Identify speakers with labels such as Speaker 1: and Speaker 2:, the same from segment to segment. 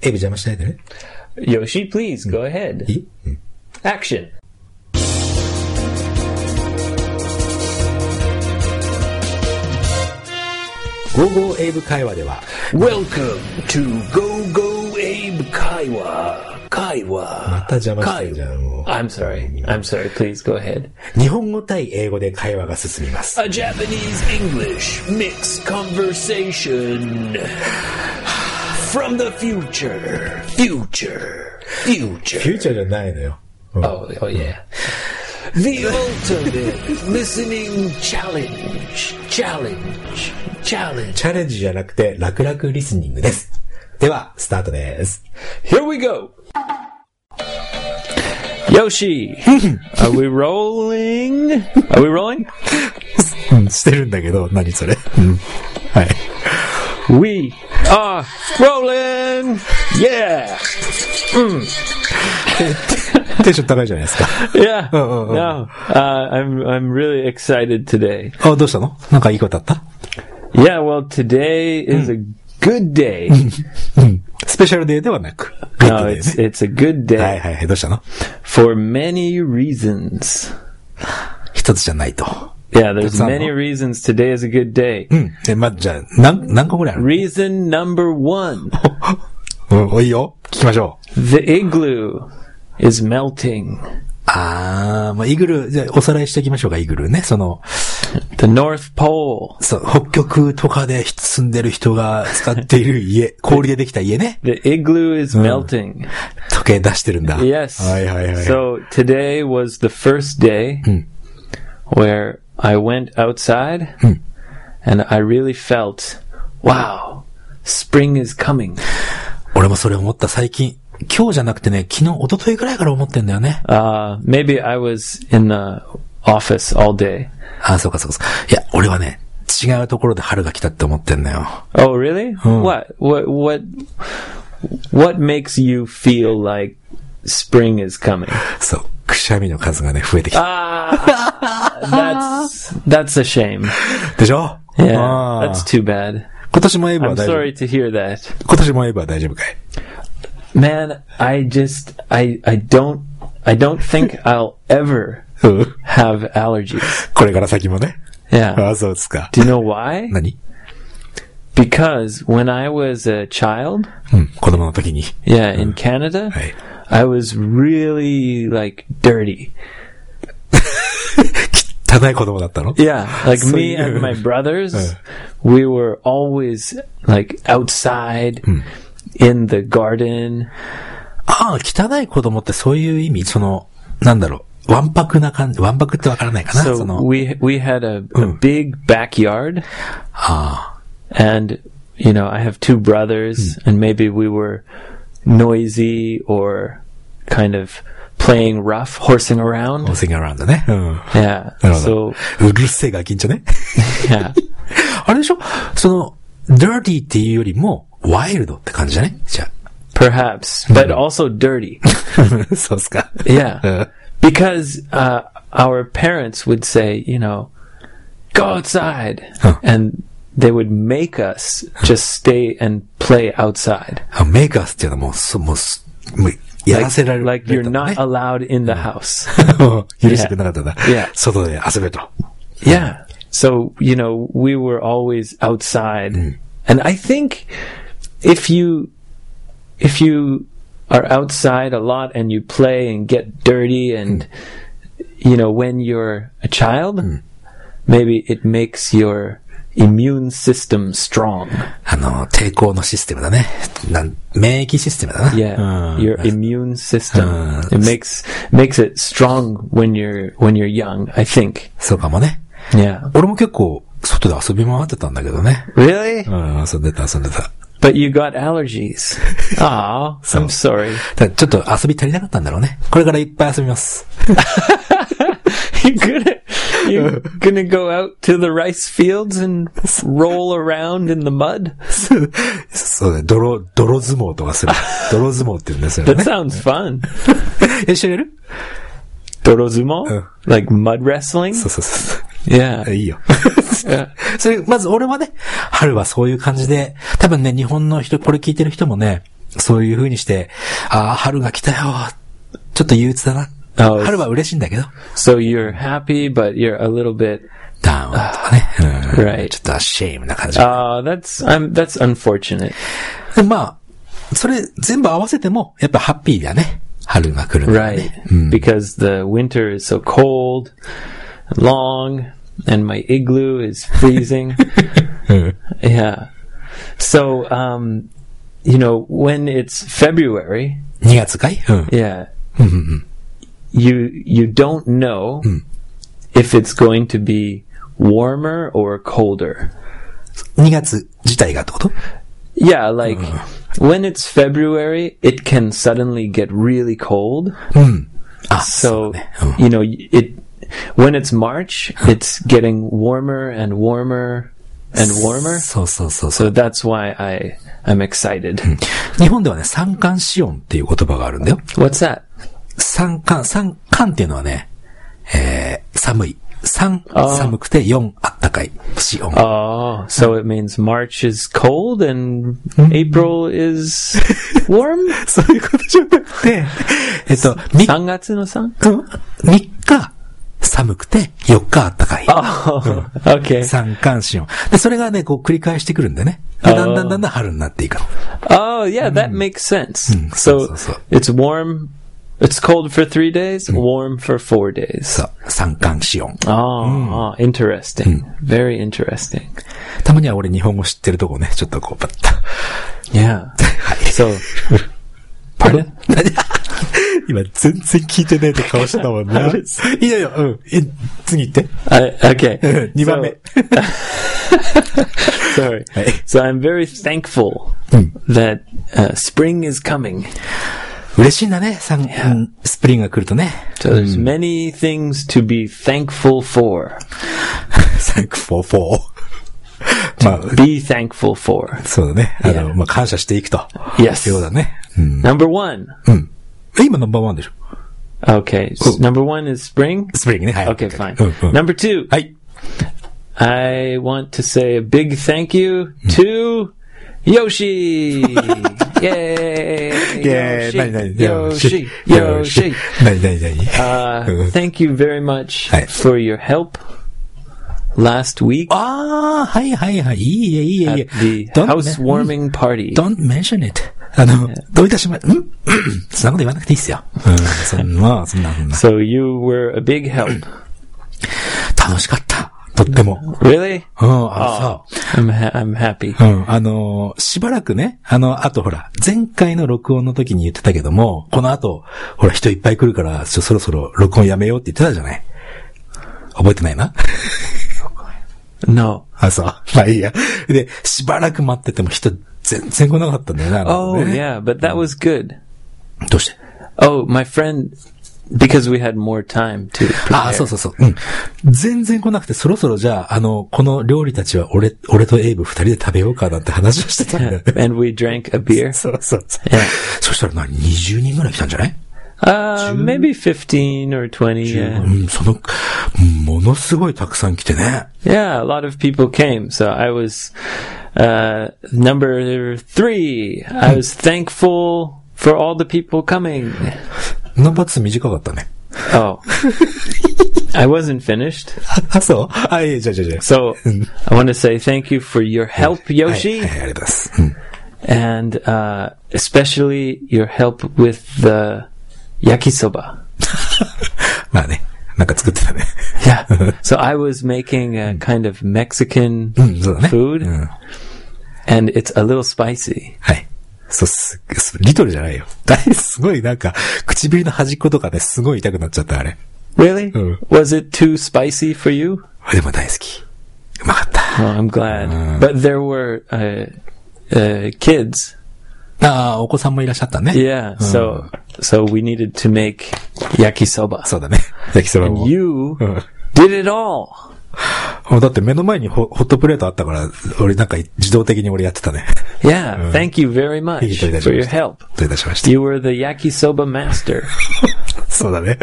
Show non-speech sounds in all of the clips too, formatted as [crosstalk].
Speaker 1: エビ邪魔しないでね。
Speaker 2: Yoshi, please go ahead.
Speaker 1: いい、うん
Speaker 2: Action.
Speaker 1: ゴーゴーエイブ会話では、
Speaker 2: Welcome to Go Go Abe Kaiwa.
Speaker 1: ま
Speaker 2: Kaiwa.
Speaker 1: た邪魔してるじゃん、もう。
Speaker 2: I'm sorry. I'm sorry. Please go ahead.
Speaker 1: 日本語対英語で会話が進みます。
Speaker 2: A Japanese English mixed conversation from the future. Future.
Speaker 1: フュ
Speaker 2: Future.
Speaker 1: ーチャーじゃないのよ。うん
Speaker 2: Oh, oh yeah. The ultimate listening challenge. Challenge. Challenge.
Speaker 1: チャレンジじゃなくて、楽々リスニングです。では、スタートです。
Speaker 2: Here we go.
Speaker 1: [laughs]
Speaker 2: Yoshi, are we rolling? Are we rolling?
Speaker 1: うん、してるんだけど、何それ。うん。はい。
Speaker 2: We are rolling. Yeah,
Speaker 1: テンション高いじゃないですか。
Speaker 2: yeah.
Speaker 1: oh, oh.
Speaker 2: No, uh, I'm I'm really excited today.
Speaker 1: あ、どうしたのなんかいいことあった
Speaker 2: Yeah, well, today is a
Speaker 1: [laughs]
Speaker 2: good day.
Speaker 1: うん。スペシャルデーではなく、グッ
Speaker 2: No,
Speaker 1: ドデ
Speaker 2: it's
Speaker 1: ーね。
Speaker 2: it's a good
Speaker 1: はい
Speaker 2: day
Speaker 1: はいはい、どうしたの
Speaker 2: for many reasons.
Speaker 1: 一つじゃないと。
Speaker 2: Yeah, there's
Speaker 1: not
Speaker 2: many
Speaker 1: wrong.
Speaker 2: reasons today is a good day.
Speaker 1: うん。で、ま、じゃあ、何、何個ぐらいある
Speaker 2: Reason number one:
Speaker 1: うん、おいいよ。聞きましょう。
Speaker 2: the igloo is melting.
Speaker 1: あー、まあ、イグル、じゃあおさらいしていきましょうか、イグルね。その、
Speaker 2: The North Pole,
Speaker 1: そう、北極とかで住んでる人が使っている家、氷でできた家ね。
Speaker 2: the igloo is melting.
Speaker 1: 時計出してるんだ。
Speaker 2: Yes.
Speaker 1: はいはいはい。
Speaker 2: So today was the first day where I went outside and I really felt, wow, spring is coming.
Speaker 1: 俺もそれ思った最近。今日じゃなくてね、昨日、一昨日ぐらいから思ってんだよね。
Speaker 2: Uh, maybe I was in the office all day.
Speaker 1: あ、そうかそうかそうか。いや、俺はね、違うところで春が来たって思ってんだよ。
Speaker 2: Oh, really? What? What? What? What makes you feel like spring is coming?
Speaker 1: そう。くしゃみの数がね、増えてきた。
Speaker 2: Ah, that's that's a shame.
Speaker 1: でしょ
Speaker 2: Yeah,
Speaker 1: あ
Speaker 2: that's
Speaker 1: ー
Speaker 2: too bad.
Speaker 1: 今年もエヴァは
Speaker 2: I'm
Speaker 1: 大丈夫。
Speaker 2: sorry to hear that.
Speaker 1: 今年もエヴァは大丈夫かい
Speaker 2: Man, I just I I don't I don't
Speaker 1: [laughs]
Speaker 2: think I'll ever
Speaker 1: うん。
Speaker 2: have allergies.
Speaker 1: これから先もね。あ
Speaker 2: Yeah.
Speaker 1: あ、そうですか。
Speaker 2: Do you know why?
Speaker 1: 何
Speaker 2: Because when I was a child,
Speaker 1: うん、子供の時に。
Speaker 2: yeah,
Speaker 1: Uh,
Speaker 2: in Canada,
Speaker 1: はい。
Speaker 2: I was really like dirty.
Speaker 1: 汚い子供だったの
Speaker 2: Yeah, like
Speaker 1: So
Speaker 2: me
Speaker 1: you-
Speaker 2: and my
Speaker 1: [laughs]
Speaker 2: brothers,
Speaker 1: Uh.
Speaker 2: we were always like outside
Speaker 1: Hmm.
Speaker 2: in the garden.
Speaker 1: ああ、汚い子供ってそういう意味その、なんだろう。わんぱくな感じ。わんぱくってわからないかなそ
Speaker 2: So
Speaker 1: の、
Speaker 2: we we had a, a
Speaker 1: Mm.
Speaker 2: big backyard.
Speaker 1: あ
Speaker 2: and you know i have two brothers and maybe we were noisy or kind of playing rough horsing
Speaker 1: あ、
Speaker 2: around
Speaker 1: センガラウンドね。うん。
Speaker 2: yeah
Speaker 1: なるほ
Speaker 2: so
Speaker 1: ど。うるせえガキンチョね。
Speaker 2: yeah
Speaker 1: [laughs] あれでしょその、dirty っていうよりも、ワイルドって感じじゃねじゃ
Speaker 2: perhaps but also dirty
Speaker 1: あ。 [laughs] そうっすか。
Speaker 2: yeah
Speaker 1: う
Speaker 2: because uh, our parents would say you know go outside
Speaker 1: Huh.
Speaker 2: and they would make us just stay and play outside
Speaker 1: ん。メイクアスっていうのはもう、そもうす、もう、やらせられる、
Speaker 2: like you're
Speaker 1: ね
Speaker 2: not
Speaker 1: [laughs]
Speaker 2: allowed in the house
Speaker 1: 許してくれなかったんだ
Speaker 2: Yeah.。
Speaker 1: 外で遊べと。
Speaker 2: Yeah. So, you know, we were always outside. And I think if you if you are outside a lot and you play and get dirty and you know, when you're a child, maybe it makes your immune system strong.
Speaker 1: あの、抵抗のシステムだね。なん免疫システムだな。
Speaker 2: Yeah.
Speaker 1: うん
Speaker 2: Your immune system.
Speaker 1: Mm.
Speaker 2: It makes makes it strong when you're when you're young, I think.
Speaker 1: そうかもね。
Speaker 2: Yeah.
Speaker 1: 俺も結構、外で遊び回ってたんだけどね。
Speaker 2: Really?
Speaker 1: うん、遊んでた、遊んでた。
Speaker 2: But you got allergies. Aw, I'm sorry.
Speaker 1: ただちょっと遊び足りなかったんだろうね。これからいっぱい遊びます。 [laughs]
Speaker 2: You gonna you gonna go out to the rice fields and roll around in the mud?
Speaker 1: そうだね、泥、泥相撲とかする。泥相撲って言うんですよ
Speaker 2: That
Speaker 1: ね。
Speaker 2: sounds fun.
Speaker 1: 一緒にやる
Speaker 2: Dorozumo,
Speaker 1: Oh.
Speaker 2: like mud wrestling.
Speaker 1: そうそうそう。
Speaker 2: Yeah,
Speaker 1: いいよ。 [laughs]
Speaker 2: yeah,
Speaker 1: それ、まず俺はね、春はそういう感じで、多分ね、日本の人、これ聞いてる人もね、そういう風にして、ああ、春が来たよ。ちょっと憂鬱だな。
Speaker 2: あー
Speaker 1: 春は嬉しいんだけど、
Speaker 2: So you're happy, but you're a little bit.
Speaker 1: ダウンとかね。うん
Speaker 2: Right.
Speaker 1: ちょっとシェイムな感じ。
Speaker 2: Uh, that's I'm that's unfortunate.
Speaker 1: でまあ、それ全部合わせても、やっぱハッピーだね。春が来るのがね、
Speaker 2: Right. Because the winter is so cold and long and my igloo is freezing. yeah. So um you know, when it's February,
Speaker 1: 2月かいうん。
Speaker 2: yeah. you you don't know if it's going to be warmer or colder.
Speaker 1: 2月自体がってこと
Speaker 2: Yeah, like when it's February, it can suddenly get really cold.
Speaker 1: うん。あ、
Speaker 2: So,
Speaker 1: うん
Speaker 2: you know, y- it when it's March, it's getting warmer and warmer and warmer.
Speaker 1: そうそうそうそう
Speaker 2: So。that's why I I'm excited.
Speaker 1: Hmm. 日本ではね、三寒四温っていう言葉があるんだよ。
Speaker 2: What's that?
Speaker 1: 三寒、三寒っていうのはね、えー、寒い。三、
Speaker 2: あー
Speaker 1: 寒くて四、あったかい。四温。
Speaker 2: Oh, so it means March is cold and
Speaker 1: Hmm. [laughs]
Speaker 2: April is warm?
Speaker 1: そういうことじゃなく
Speaker 2: [laughs]
Speaker 1: て、えっと、3
Speaker 2: 3月の3?
Speaker 1: Hmm. 日、寒くて4日あったかい。
Speaker 2: Oh, okay.
Speaker 1: 三寒四温。で、それがね、こう繰り返してくるんだよね。で
Speaker 2: あー
Speaker 1: だんだんだんだん春になっていくの。
Speaker 2: Oh, yeah, that makes sense.
Speaker 1: Hmm. so- so-
Speaker 2: So
Speaker 1: so. Hmm.
Speaker 2: it's warm. It's cold for three days, warm for four days.
Speaker 1: そう。三寒四温。
Speaker 2: Oh, oh,
Speaker 1: Hmm.
Speaker 2: interesting. Very interesting.
Speaker 1: たまには俺日本語知ってるとこね、ちょっとこう、パッと。
Speaker 2: [laughs] Yeah. So, pardon?
Speaker 1: [laughs] 今、全然聞いてないって顔してたもんな。いやいや、うん。え、次行って。
Speaker 2: I, okay. [laughs]
Speaker 1: 2番目
Speaker 2: So,。sorry.
Speaker 1: Hey.
Speaker 2: So I'm very thankful that uh, spring is coming.
Speaker 1: 嬉しいんだね、三、うんスプリングが来るとね。
Speaker 2: So there's many things to be thankful for.
Speaker 1: サンクフォーフォー。 [laughs] まあ、
Speaker 2: Be thankful for.
Speaker 1: そうだね。あの、
Speaker 2: Yeah.
Speaker 1: まあ、感謝していくと。
Speaker 2: Yes.
Speaker 1: そうだね。うん。
Speaker 2: Number one.
Speaker 1: え今ナンバーワンでしょ
Speaker 2: Okay. s-
Speaker 1: Cool.
Speaker 2: Number one is spring.
Speaker 1: スプリングね。はい。
Speaker 2: Okay, Oh, fine.
Speaker 1: うんうん
Speaker 2: Number two,
Speaker 1: はい。
Speaker 2: I want to say a big thank you to [laughs] Yoshi. Yay!
Speaker 1: いや
Speaker 2: Yoshi,
Speaker 1: 何何
Speaker 2: Yoshi, Yoshi.
Speaker 1: 何何何 [laughs]
Speaker 2: Uh, thank you very much
Speaker 1: Hi.
Speaker 2: for your help last week
Speaker 1: ああ、はいはいはい。いいえ、いいえ、いい
Speaker 2: at
Speaker 1: え。
Speaker 2: the
Speaker 1: Oh, Don't- [laughs]
Speaker 2: housewarming party.
Speaker 1: Don't mention it. あの、どういたしま、んそん [laughs] なこと言わなくていいっすよ。うん。そんな、そんな、そんな。
Speaker 2: So you were a
Speaker 1: [clears throat]
Speaker 2: big help.
Speaker 1: 楽しかった。とっても。
Speaker 2: Really?
Speaker 1: うん、あそう。
Speaker 2: I'm ha- I'm happy.
Speaker 1: うん、あのーしばらくね、あの、あとほら、前回の録音の時に言ってたけども、この後、ほら、人いっぱい来るから、ちょそろそろ録音やめようって言ってたじゃない覚えてないな
Speaker 2: No.
Speaker 1: [laughs] あ、そう。 [laughs] まあいいや。で、しばらく待ってても人全然来なかったんだよね。あの
Speaker 2: Oh
Speaker 1: ね
Speaker 2: yeah, but that was good.
Speaker 1: どうして
Speaker 2: Oh, my friend, because we had more time to
Speaker 1: [laughs]
Speaker 2: [laughs] prepare.
Speaker 1: あ、そうそうそう。うん。全然来なくて、そろそろじゃあ、あの、この料理たちは俺、俺とエイブ二人で食べようかなんて話をしてたんだよ [laughs]
Speaker 2: Yeah,
Speaker 1: ね。
Speaker 2: and we drank a beer.
Speaker 1: そうそうそう。
Speaker 2: Yeah.
Speaker 1: そしたら何 ?20 人ぐらい来たんじゃない
Speaker 2: Uh, maybe 15 or 20. Yeah.
Speaker 1: うん、その、ものすごいたくさん来てね。
Speaker 2: yeah, a lot of people came. So I was uh, number three. I was thankful for all the people coming.
Speaker 1: ナンバー2短かったね。
Speaker 2: Oh. I wasn't finished.
Speaker 1: あ、そうあ、いえ、じゃあじゃあじゃあ。
Speaker 2: So I want to say thank you for your help,
Speaker 1: はい、は
Speaker 2: Yoshi,
Speaker 1: い、ありがとうございます。うん。
Speaker 2: and uh, especially your help with the yakisoba.
Speaker 1: まあね、なんか作ってたね。 [laughs]
Speaker 2: Yeah. so I was making a kind of Mexican
Speaker 1: うん、そうだね。
Speaker 2: Food?
Speaker 1: うん。は
Speaker 2: and it's a little spicy.
Speaker 1: い。そう、す、すリトルじゃないよ。だいすごいなんか、唇の端っことかね、すごい痛くなっちゃった、あれ。
Speaker 2: Really?
Speaker 1: Mm.
Speaker 2: Was it too spicy for you?
Speaker 1: でも大好き。うまかった。
Speaker 2: Oh, I'm glad. But there were uh, uh, kids.
Speaker 1: ああ、お子さんもいらっしゃったね。
Speaker 2: Yeah. So so we needed to make yakisoba.
Speaker 1: そうだね。焼きそばも。
Speaker 2: You
Speaker 1: うん。
Speaker 2: did it all.
Speaker 1: もうだって目の前にホホットプレートあったから、俺なんか自動的に俺やってたね。
Speaker 2: Yeah. Thank you very
Speaker 1: You
Speaker 2: much
Speaker 1: did it
Speaker 2: for your
Speaker 1: all.
Speaker 2: help.
Speaker 1: どういたしまして。
Speaker 2: You were the yakisoba master.
Speaker 1: [laughs] そうだね。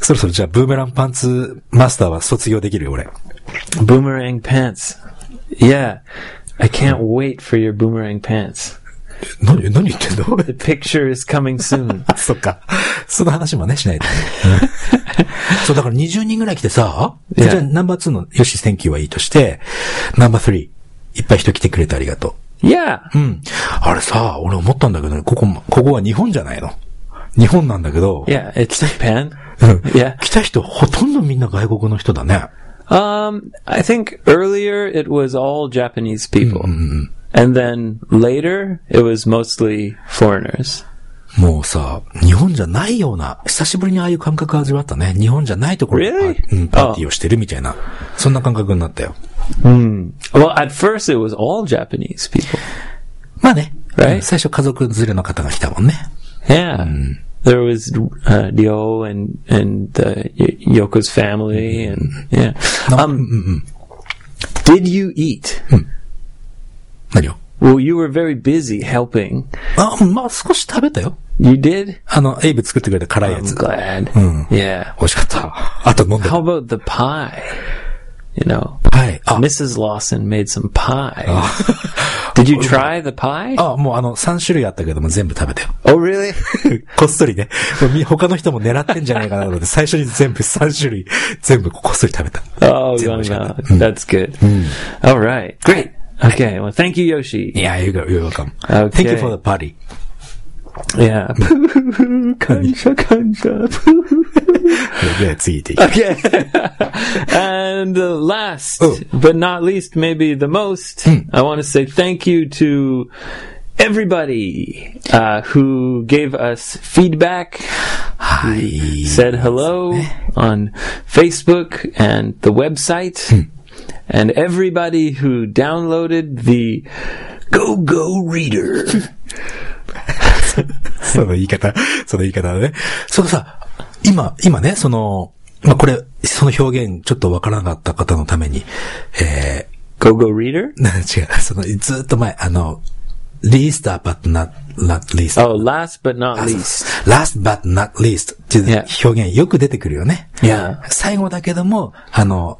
Speaker 1: そろそろじゃあ、ブーメランパンツマスターは卒業できるよ、俺。
Speaker 2: Boomerang pants. Yeah. I can't wait for your boomerang pants.
Speaker 1: 何、何言ってんの
Speaker 2: The picture is coming soon.
Speaker 1: あ、 [laughs] そっか。その話もね、し [laughs] ないとね。そう、だから20人ぐらい来てさ、
Speaker 2: いや
Speaker 1: じゃあナンバー2のよし、センキューはいいとして、ナンバー3、いっぱい人来てくれてありがと
Speaker 2: yeah.
Speaker 1: う。うん。あれさ、俺思ったんだけどね、ここ、ここは日本じゃないの。日本なんだけど、
Speaker 2: Yeah, it's Japan.
Speaker 1: うん
Speaker 2: Yeah.
Speaker 1: [laughs] 来た人ほとんどみんな外国の人だね。
Speaker 2: Um, I think earlier it was all Japanese people. And then later it was mostly foreigners.
Speaker 1: もうさ、日本じゃないような、久しぶりにああいう感覚味わったね。日本じゃないところでパー
Speaker 2: Really？
Speaker 1: うんパーティーをしてるみたいな、そんな感覚になったよ。
Speaker 2: Well, at first it was all Japanese people.
Speaker 1: まあね、
Speaker 2: Right？
Speaker 1: 最初家族連れの方が来たもんね。
Speaker 2: Yeah. There was uh, Ryo and and uh, y- Yoko's family and yeah. Um, did you eat?
Speaker 1: 何を
Speaker 2: Well, you were very busy helping.
Speaker 1: あ、まあ少し食べたよ。
Speaker 2: You did.
Speaker 1: あの、エイブ作ってくれた辛いや
Speaker 2: I'm
Speaker 1: つ。
Speaker 2: glad. Yeah.
Speaker 1: 美味しかった。あと飲んだ。
Speaker 2: How
Speaker 1: は
Speaker 2: about the pie? You know,
Speaker 1: い。あ、
Speaker 2: Mrs. Lawson made some pie. Did you try the pie?
Speaker 1: あ、もうあの、3種類あったけども全部食べたよ。
Speaker 2: oh really?
Speaker 1: [laughs] こっそりね。もうみ他の人も狙ってんじゃないかなと思って、最初に全部3種類、全部こっそり食べた。
Speaker 2: [laughs] [laughs] Oh,
Speaker 1: 全部美
Speaker 2: going
Speaker 1: 味しかった
Speaker 2: out. That's good. All right. Great. Okay. Well, thank you, Yoshi.
Speaker 1: いや、you're welcome.
Speaker 2: Okay.
Speaker 1: Thank you for the party.
Speaker 2: [laughs] Yeah. Kanja, kanja.
Speaker 1: で、で次行っていい
Speaker 2: [laughs] okay. [laughs] and uh, last,
Speaker 1: Oh.
Speaker 2: but not least, maybe the most, I want to say thank you to everybody uh, who gave us feedback,
Speaker 1: はい。
Speaker 2: said hello on Facebook and the website. And everybody who downloaded the Go Go Reader.
Speaker 1: その言い方、その言い方だね。そのさ、今、今ね、その、まあ、これ、その表現、ちょっとわからなかった方のために、え
Speaker 2: Go Go Reader?
Speaker 1: ー、な [laughs] 違う、その、ずっと前、あの、least but not, not least.
Speaker 2: Oh, last but not least.
Speaker 1: last but not least っていう
Speaker 2: Yeah.
Speaker 1: 表現よく出てくるよね。
Speaker 2: Yeah.
Speaker 1: 最後だけども、あの、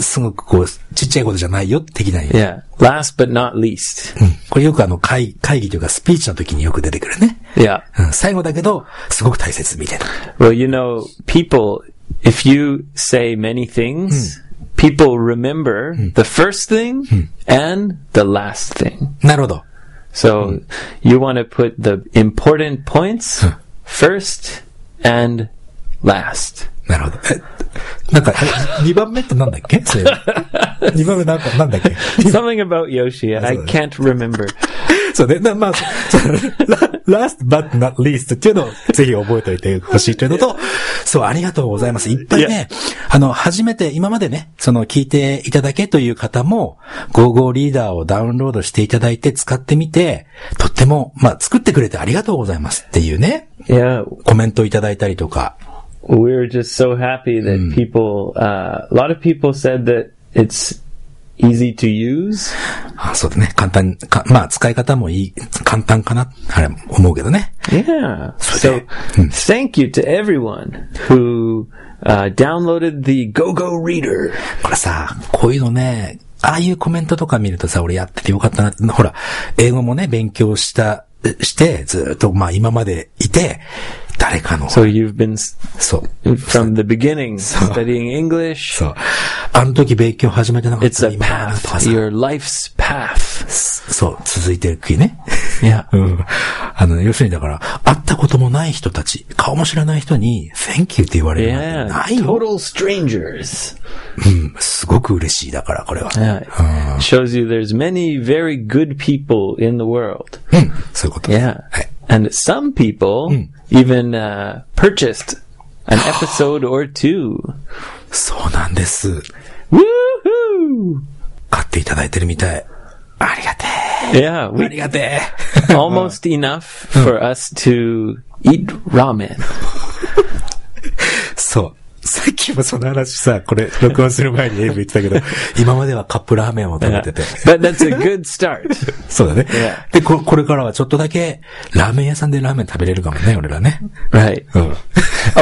Speaker 1: すごくこう、ちっちゃいことじゃないよ、的な意味。
Speaker 2: Yeah. Last but not least.
Speaker 1: うんこれよくあの、会会議というかスピーチの時によく出てくるね。
Speaker 2: Yeah.
Speaker 1: うん最後だけど、すごく大切みたいな。
Speaker 2: Well, you know, people, if you say many things, people remember the first thing and the last thing.
Speaker 1: なるほど。
Speaker 2: So you want to put the important points first and [laughs] last.
Speaker 1: なるほど。えなんか、2番目ってなんだっけそれ。2番目なんか、なんだっけ
Speaker 2: Something about Yoshi, I
Speaker 1: That's-
Speaker 2: can't remember.
Speaker 1: そうね。なまあ、そう [laughs] ラ last but not least っていうのをぜひ覚えておいてほしいというのと、そう、ありがとうございます。いっぱいね、あの、初めて、今までね、その聞いていただけという方も、GoGo リーダーをダウンロードしていただいて使ってみて、とっても、まあ、作ってくれてありがとうございますっていうね、
Speaker 2: Yeah,
Speaker 1: コメントをいただいたりとか、
Speaker 2: we're just so happy that people, uh, a lot of people said that it's easy to use.
Speaker 1: あそうだね。簡単か、まあ、使い方もいい、簡単かな、あれ、思うけどね。
Speaker 2: Yeah. So, hmm.
Speaker 1: they-
Speaker 2: thank you to everyone who uh, downloaded the GoGo Reader.
Speaker 1: これさ、こういうのね、ああいうコメントとか見るとさ、俺やっててよかったなって、ほら、英語もね、勉強した、して、ずっと、まあ、今までいて、誰かの、
Speaker 2: So you've been s-
Speaker 1: そう、
Speaker 2: from the [laughs] beginning studying English.
Speaker 1: そう、あの時勉強始めてなかっ
Speaker 2: It's
Speaker 1: た
Speaker 2: a
Speaker 1: 今なんとか
Speaker 2: path,
Speaker 1: さ、
Speaker 2: your life's path.
Speaker 1: そう、続いてる国ね。
Speaker 2: Yeah.
Speaker 1: うん。あの、要するにだから、会ったこともない人たち、顔も知らない人に、Thank you って言われるなんて
Speaker 2: Yeah.
Speaker 1: ないよ。
Speaker 2: Total strangers.
Speaker 1: すごく嬉しい、だから、これは。
Speaker 2: Yeah. Shows you there's many very good people in the world.
Speaker 1: うん、そういうこと。
Speaker 2: Yeah. Hmm.
Speaker 1: はい。
Speaker 2: And some people even uh, purchased [gasps] an episode or two.
Speaker 1: そうなんです。
Speaker 2: Woohoo!
Speaker 1: 買っていただいてるみたい。ありがて
Speaker 2: Yeah,
Speaker 1: え。あ
Speaker 2: we
Speaker 1: りがて
Speaker 2: [laughs]
Speaker 1: [laughs]
Speaker 2: almost enough for us to eat [laughs] ramen.
Speaker 1: え。そう。さっきもその話さ、これ、録音する前にエイブ言ってたけど、今まではカップラーメンを食べてて。
Speaker 2: But that's a good start.
Speaker 1: そうだね。
Speaker 2: Yeah.
Speaker 1: でこ、これからはちょっとだけ、ラーメン屋さんでラーメン食べれるかもね、俺らね。
Speaker 2: Right.
Speaker 1: うん。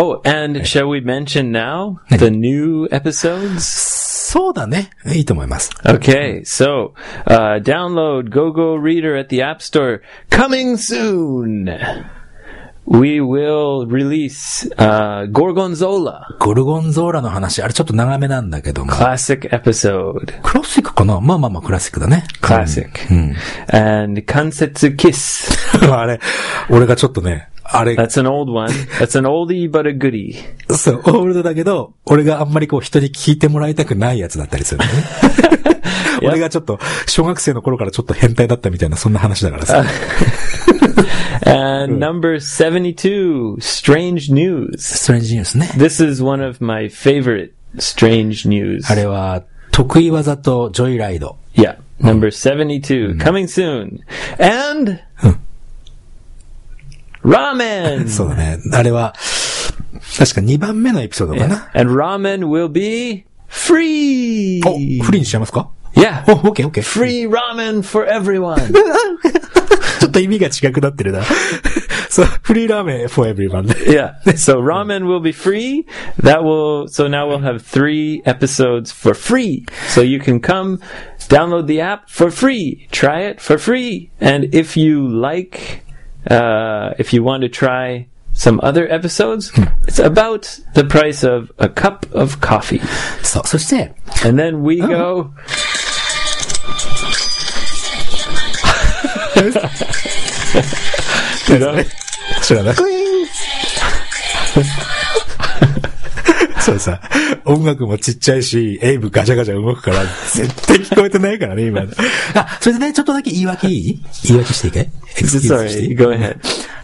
Speaker 2: Oh, and shall we mention now the new episodes?
Speaker 1: そそうだね。いいと思います。
Speaker 2: Okay, so uh, download GoGo Reader at the App Store. Coming soon. We will release uh, Gorgonzola
Speaker 1: ゴルゴンゾーラの話、あれちょっと長めなんだけども。
Speaker 2: classic episode.
Speaker 1: クラシックかなまあまあまあクラシックだね。
Speaker 2: Classic. And Kansetsu Kiss.
Speaker 1: [laughs] あれ、俺がちょっとね、あれ、
Speaker 2: That's an old one. That's an oldie but a goodie.
Speaker 1: そう、オールドだけど、俺があんまりこう人に聞いてもらいたくないやつだったりする [laughs] のね。俺がちょっと、小学生の頃からちょっと変態だったみたいな、そんな話だからさ。
Speaker 2: And number 72, Strange News.
Speaker 1: ストレンジニュースね。
Speaker 2: This is one of my favorite strange news.
Speaker 1: あれは、得意技とジョイライド。
Speaker 2: Yeah, number 72, coming soon. And
Speaker 1: [laughs]
Speaker 2: ramen.
Speaker 1: そうだね。あれは、確か2番目のエピソードかな。
Speaker 2: And ramen will be free.
Speaker 1: お、フリーにしちゃいますか
Speaker 2: Yeah.
Speaker 1: お、オッケーオッケー。
Speaker 2: Free ramen for everyone.
Speaker 1: ちょっと意味が違くなってるな。 [laughs] そう、フリーラーメン for everyone ね。
Speaker 2: Yeah. [laughs] So ramen will be free. That will, so now we'll have three episodes for free. So you can come download the app for free. Try it for free. And if you like, uh, if you want to try some other episodes, it's about the price of a cup of coffee.
Speaker 1: そう、そして、
Speaker 2: And then we go,
Speaker 1: 知らない。知らない。そうさ、音楽もちっちゃいし、エイブガチャガチャ動くから、絶対聞こえてないからね、今。あ、それでね、ちょっとだけ言い訳いい言い訳していいかい ?excuse してい
Speaker 2: sorry,
Speaker 1: い
Speaker 2: go ahead.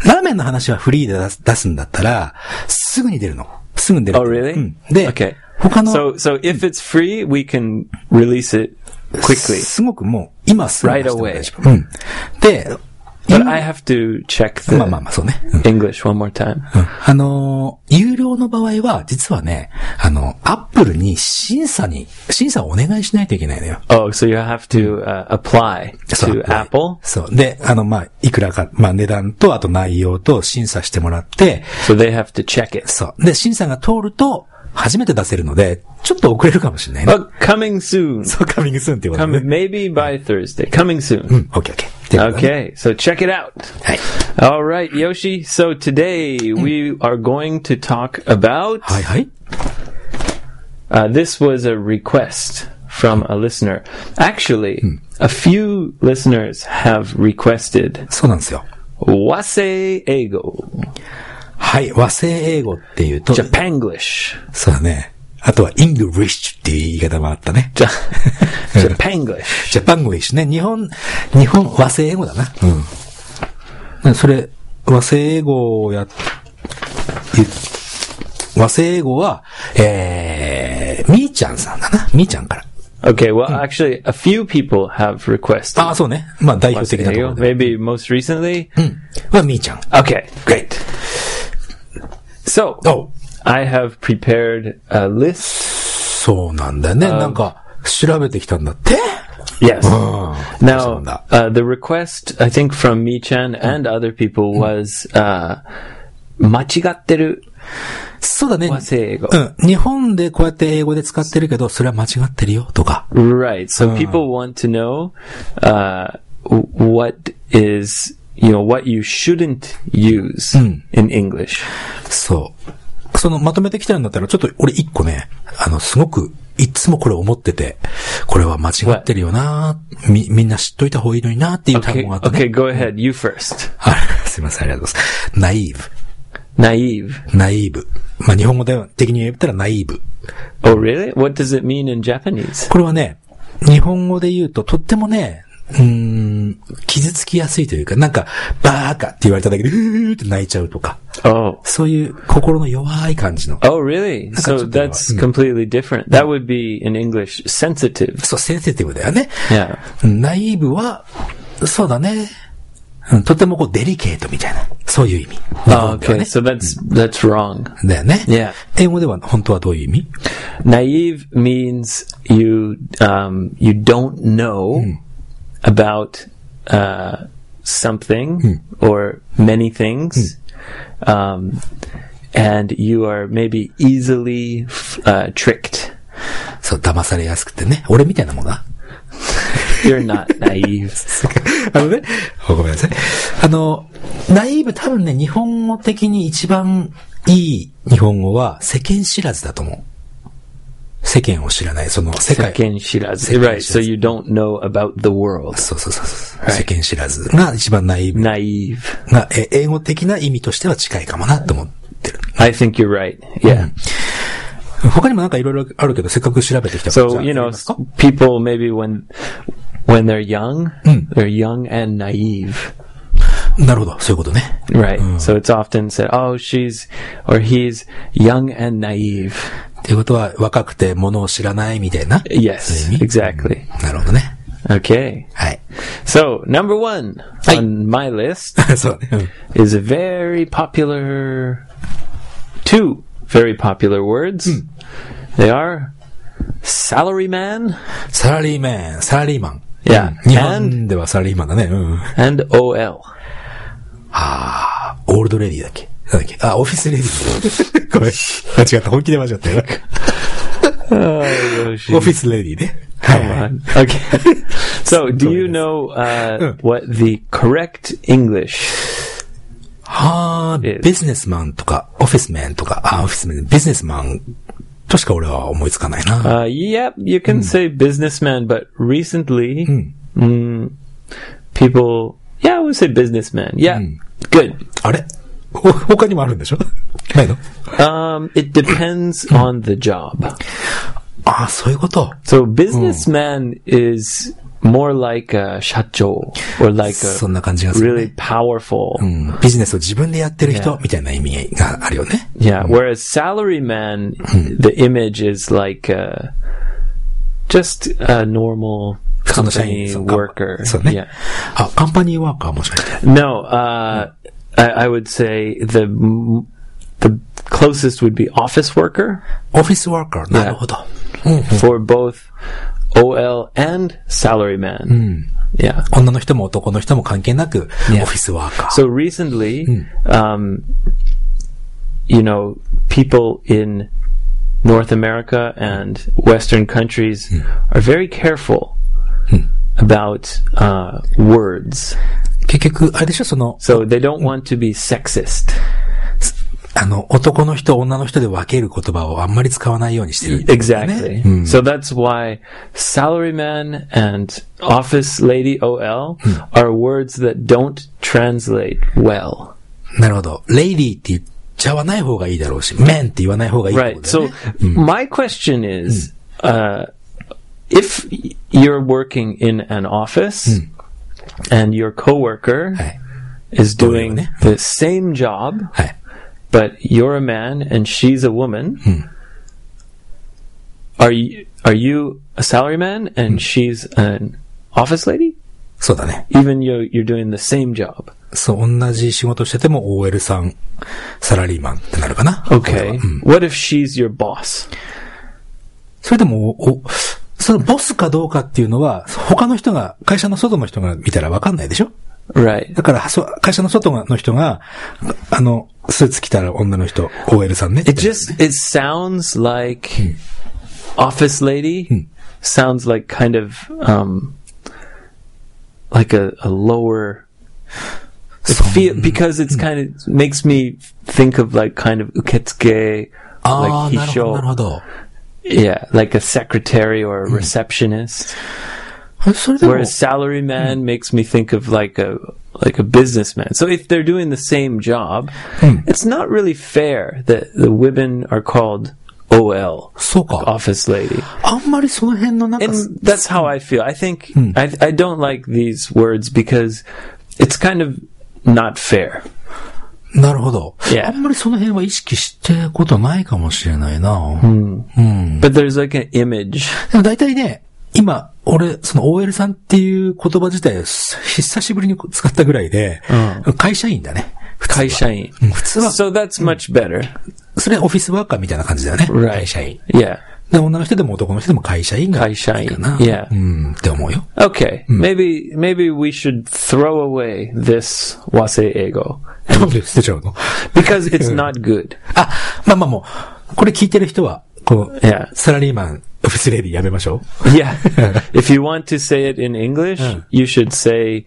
Speaker 1: ラーメンの話はフリーで出す出すんだったら、すぐに出るの。すぐに出る。
Speaker 2: Oh, really?
Speaker 1: うん。で、
Speaker 2: Okay.
Speaker 1: 他の、
Speaker 2: So, so if it's free, we can release it quickly.
Speaker 1: すごくもう、今すぐ出しても
Speaker 2: Right away.
Speaker 1: 大丈夫うん。で、
Speaker 2: But I have to check the
Speaker 1: まあまあまあ、そうね。うん
Speaker 2: English one more time.
Speaker 1: あのー、有料の場合は、実はね、あの、アップルに審査に、審査をお願いしないといけないのよ。
Speaker 2: Oh, so you have to uh, apply
Speaker 1: そう
Speaker 2: to Apple.
Speaker 1: そう。で、あの、まあ、いくらか、まあ、値段と、あと内容と審査してもらって、
Speaker 2: So they have to check it.
Speaker 1: そう。で、審査が通ると、初めて出せるので、ちょっと遅れるかもしれないね。
Speaker 2: But coming
Speaker 1: [laughs]
Speaker 2: soon.
Speaker 1: そう、カミングスーンっていうことね。
Speaker 2: Coming maybe by Thursday.
Speaker 1: う
Speaker 2: Coming soon.
Speaker 1: ん、オッケーオッケーっていうことだね。
Speaker 2: Okay, so check it out.
Speaker 1: はい。
Speaker 2: All right, Yoshi. So today we are going to talk about.
Speaker 1: はいはい。
Speaker 2: Uh, this was a request from a listener. Actually, a few listeners have requested
Speaker 1: そうなんですよ。
Speaker 2: Wase Ego
Speaker 1: はい。和製英語っていうと、
Speaker 2: Japanglish.
Speaker 1: そうだね。あとは、イングリッシュっていう言い方もあったね。
Speaker 2: Ja- Japanglish.
Speaker 1: ジャパン語ですね。日本、日本、和製英語だな。うん。それ、和製英語をや、ゆ和製英語は、えー、みーちゃんさんだな。みーちゃんから。
Speaker 2: Okay, well, actually, a few people have requested.
Speaker 1: ああ、そうね。まあ、代表的なところで。
Speaker 2: Maybe most recently.
Speaker 1: Mm-hmm. は、みーちゃん。
Speaker 2: Okay, great. So,
Speaker 1: お
Speaker 2: I have prepared a list.
Speaker 1: そうなんだよね。なんか、調べてきたんだって。
Speaker 2: Yes.
Speaker 1: うん。
Speaker 2: Now,
Speaker 1: そうなんだ。
Speaker 2: uh, the request, I think, from Mi Chan and other people was uh, 間違ってる
Speaker 1: そうだね。
Speaker 2: 和製英語
Speaker 1: うん。日本でこうやって英語で使ってるけど、それは間違ってるよ、とか。
Speaker 2: Right. So people want to know uh, w- what is, you know, what you shouldn't use in English.
Speaker 1: そう。そのまとめてきてるんだったら、ちょっと俺一個ね、あの、すごく、いつもこれ思ってて、これは間違ってるよなみ、みんな知っといた方がいいのになっていう単
Speaker 2: Okay,
Speaker 1: 語があってね。
Speaker 2: okay, go ahead. You first.
Speaker 1: あすいません、ありがとうございます。ナイー
Speaker 2: Naive.
Speaker 1: ブ。ナイーブ。まあ、日本語で的に言ったらナイーブ。
Speaker 2: Oh, really? What does it mean in Japanese?
Speaker 1: これはね、日本語で言うと、とってもね、うーん、傷つきやすいというか、なんか、バーカって言われただけで、うーって泣いちゃうとか、
Speaker 2: Oh.
Speaker 1: そういう心の弱い感じの、
Speaker 2: Oh, really? So
Speaker 1: ちょっと弱い。
Speaker 2: that's completely different. That would be in English sensitive.
Speaker 1: そう、センシティブだよね。
Speaker 2: Yeah.
Speaker 1: ナイーブは、そうだね。うんとてもこうデリケートみたいな、そういう意味。
Speaker 2: Oh,
Speaker 1: 日本では
Speaker 2: okay.
Speaker 1: ね
Speaker 2: So that's that's wrong.
Speaker 1: だよね。
Speaker 2: Yeah.
Speaker 1: 英語では本当はどういう意味
Speaker 2: Naive means you um, you don't know about uh, something or many things, Hmm. um, and you are maybe easily f- uh, tricked.
Speaker 1: そう、騙されやすくてね。俺みたいなもんだ。
Speaker 2: You're [laughs] not naive.
Speaker 1: [laughs] あのね、ごめんなさい。あの、ナイーブ多分ね、日本語的に一番いい日本語は世間知らずだと思う。世間を知らない、その世界。
Speaker 2: 世間知らず. Right, so you don't know about the world.
Speaker 1: そうそうそうそう。世間知らずが一番ナイーブ
Speaker 2: Naive.
Speaker 1: な、え英語的な意味としては近いかもなと思ってる。
Speaker 2: I think you're right.
Speaker 1: Hmm.
Speaker 2: Yeah.
Speaker 1: 他にもなんかいろいろあるけど、せっかく調べてきたから。じ
Speaker 2: So
Speaker 1: ゃあ
Speaker 2: you
Speaker 1: や
Speaker 2: know,
Speaker 1: りますか
Speaker 2: people maybe when when they're young, they're young and naive.
Speaker 1: なるほど、そういうことね。
Speaker 2: Right. So it's often said, "Oh, she's or he's young and naive."
Speaker 1: っていうことは、若くて物を知らないみたいな。
Speaker 2: Yes,
Speaker 1: そういう意味
Speaker 2: exactly.
Speaker 1: なるほどね。
Speaker 2: Okay.
Speaker 1: はい。 [laughs]
Speaker 2: So number one on my list
Speaker 1: そうだね。
Speaker 2: is a very popular two very popular words. They are salaryman
Speaker 1: サラリーマン、サラリーマン。
Speaker 2: Yeah.
Speaker 1: うん日本ではサラリーマンだね。うん。
Speaker 2: and OL.
Speaker 1: オールドレディだっけなんだっけあ、オフィスレデ
Speaker 2: [laughs]
Speaker 1: ィ。ごめん。間違った。本気で間違ったよ。オフィスレディね。はい
Speaker 2: Come
Speaker 1: はい。
Speaker 2: on. [laughs] Okay. so, do you know uh, what the correct English?
Speaker 1: はあ、ビジネスマンとか、オフィスメンとか、あ、オフィスメン、ビジネスマンとしか俺は思いつかないな。
Speaker 2: Uh, yep, you can say businessman, but recently, mm, people, yeah, I would say businessman. Yeah, good.
Speaker 1: あれほ他にもあるんで
Speaker 2: [laughs]
Speaker 1: しょないの
Speaker 2: Um, it depends on the job.
Speaker 1: ああ、そういうこと。
Speaker 2: So, businessman is more like a shacho or like
Speaker 1: そん
Speaker 2: a
Speaker 1: な感じがするね、
Speaker 2: really powerful.
Speaker 1: うんビジネスを自分でやってる人
Speaker 2: Yeah.
Speaker 1: みたいな意味があるよね。
Speaker 2: Yeah, whereas salaryman, the image is like uh, just a normal
Speaker 1: 普通の社員
Speaker 2: company
Speaker 1: そうか
Speaker 2: worker.
Speaker 1: そうね
Speaker 2: Yeah.
Speaker 1: あ、カンパニーワーカーもしかして。
Speaker 2: No, uh, I, I would say the m- the closest would be office worker
Speaker 1: オフィスワーカー、なるほど。Mm.
Speaker 2: for both OL and salaryman. Yeah.
Speaker 1: 女の人も男の人も関係なく、
Speaker 2: Yeah.
Speaker 1: オフィスワーカー。
Speaker 2: So recently, um, you know, people in North America and Western countries are very careful about uh, words.
Speaker 1: 結局、あれでしょ、その、
Speaker 2: So they don't want to be sexist.
Speaker 1: あの、男の人、女の人で分ける言葉をあんまり使わないようにしてる、
Speaker 2: Exactly.
Speaker 1: ねうん
Speaker 2: So that's why salaryman and office lady OL are words that don't translate well.
Speaker 1: なるほど。レイリーって言っちゃわない方がいいだろうし、メンって言わない方がいいってこ
Speaker 2: Right.
Speaker 1: とだよ
Speaker 2: So
Speaker 1: ね。
Speaker 2: my question is, uh, if y- you're working in an office and your coworker
Speaker 1: はい。
Speaker 2: is doing
Speaker 1: Doing it.
Speaker 2: the same job,
Speaker 1: はい。
Speaker 2: but you're a man and she's a woman, are you are you a salaryman and she's an office lady?
Speaker 1: そうだね。
Speaker 2: Even though you're doing the same job.
Speaker 1: そう、同じ仕事してても OL さん、サラリーマンってなるかな。
Speaker 2: Okay. What if she's your boss?
Speaker 1: それでも、お、そのボスかどうかっていうのは、他の人が、会社の外の人が見たらわかんないでしょ
Speaker 2: Right.
Speaker 1: だから、そう会社の外の人が、あの、スーツ着たら女の人、OL さんね。
Speaker 2: It just it sounds like office lady sounds like kind of um like a, a lower it feel because it's kind of makes me think of like kind of uketsuke
Speaker 1: ああ、
Speaker 2: like
Speaker 1: なるほど、なるほ
Speaker 2: hisho
Speaker 1: ど。
Speaker 2: yeah like a secretary or a receptionist
Speaker 1: あそれでも、
Speaker 2: whereas salaryman makes me think of like a like a businessman so if they're doing the same job it's not really fair that the women are called ol
Speaker 1: そうか。
Speaker 2: office lady.
Speaker 1: あんまりその辺のなんか、
Speaker 2: And that's how I feel. I think I, I don't like these words because it's kind of not fair.
Speaker 1: なるほど。
Speaker 2: Yeah.
Speaker 1: あんまりその辺は意識してることないかもしれないな。
Speaker 2: But there's like an image.
Speaker 1: でも大体ね、今、俺、その OL さんっていう言葉自体を久しぶりに使ったぐらいで、会社員だね。普通は
Speaker 2: Kaishain.
Speaker 1: 普通は、
Speaker 2: So that's much better.
Speaker 1: それオフィスワーカーみたいな感じだよね。
Speaker 2: Right.
Speaker 1: 会社員。
Speaker 2: Yeah.
Speaker 1: で、女の人でも男の人でも会社員がいいかな。
Speaker 2: 会社員 Yeah.
Speaker 1: うん、って思う [laughs] よ。
Speaker 2: Okay. Maybe maybe we should throw away this wase ego
Speaker 1: なんで捨てちゃうの
Speaker 2: because it's not good.
Speaker 1: あ、まあまあもう、これ聞いてる人は、こう、
Speaker 2: [laughs] Yeah.
Speaker 1: サラリーマン、オフィスレディやめましょ
Speaker 2: Yeah. if you want to say it in English, you should say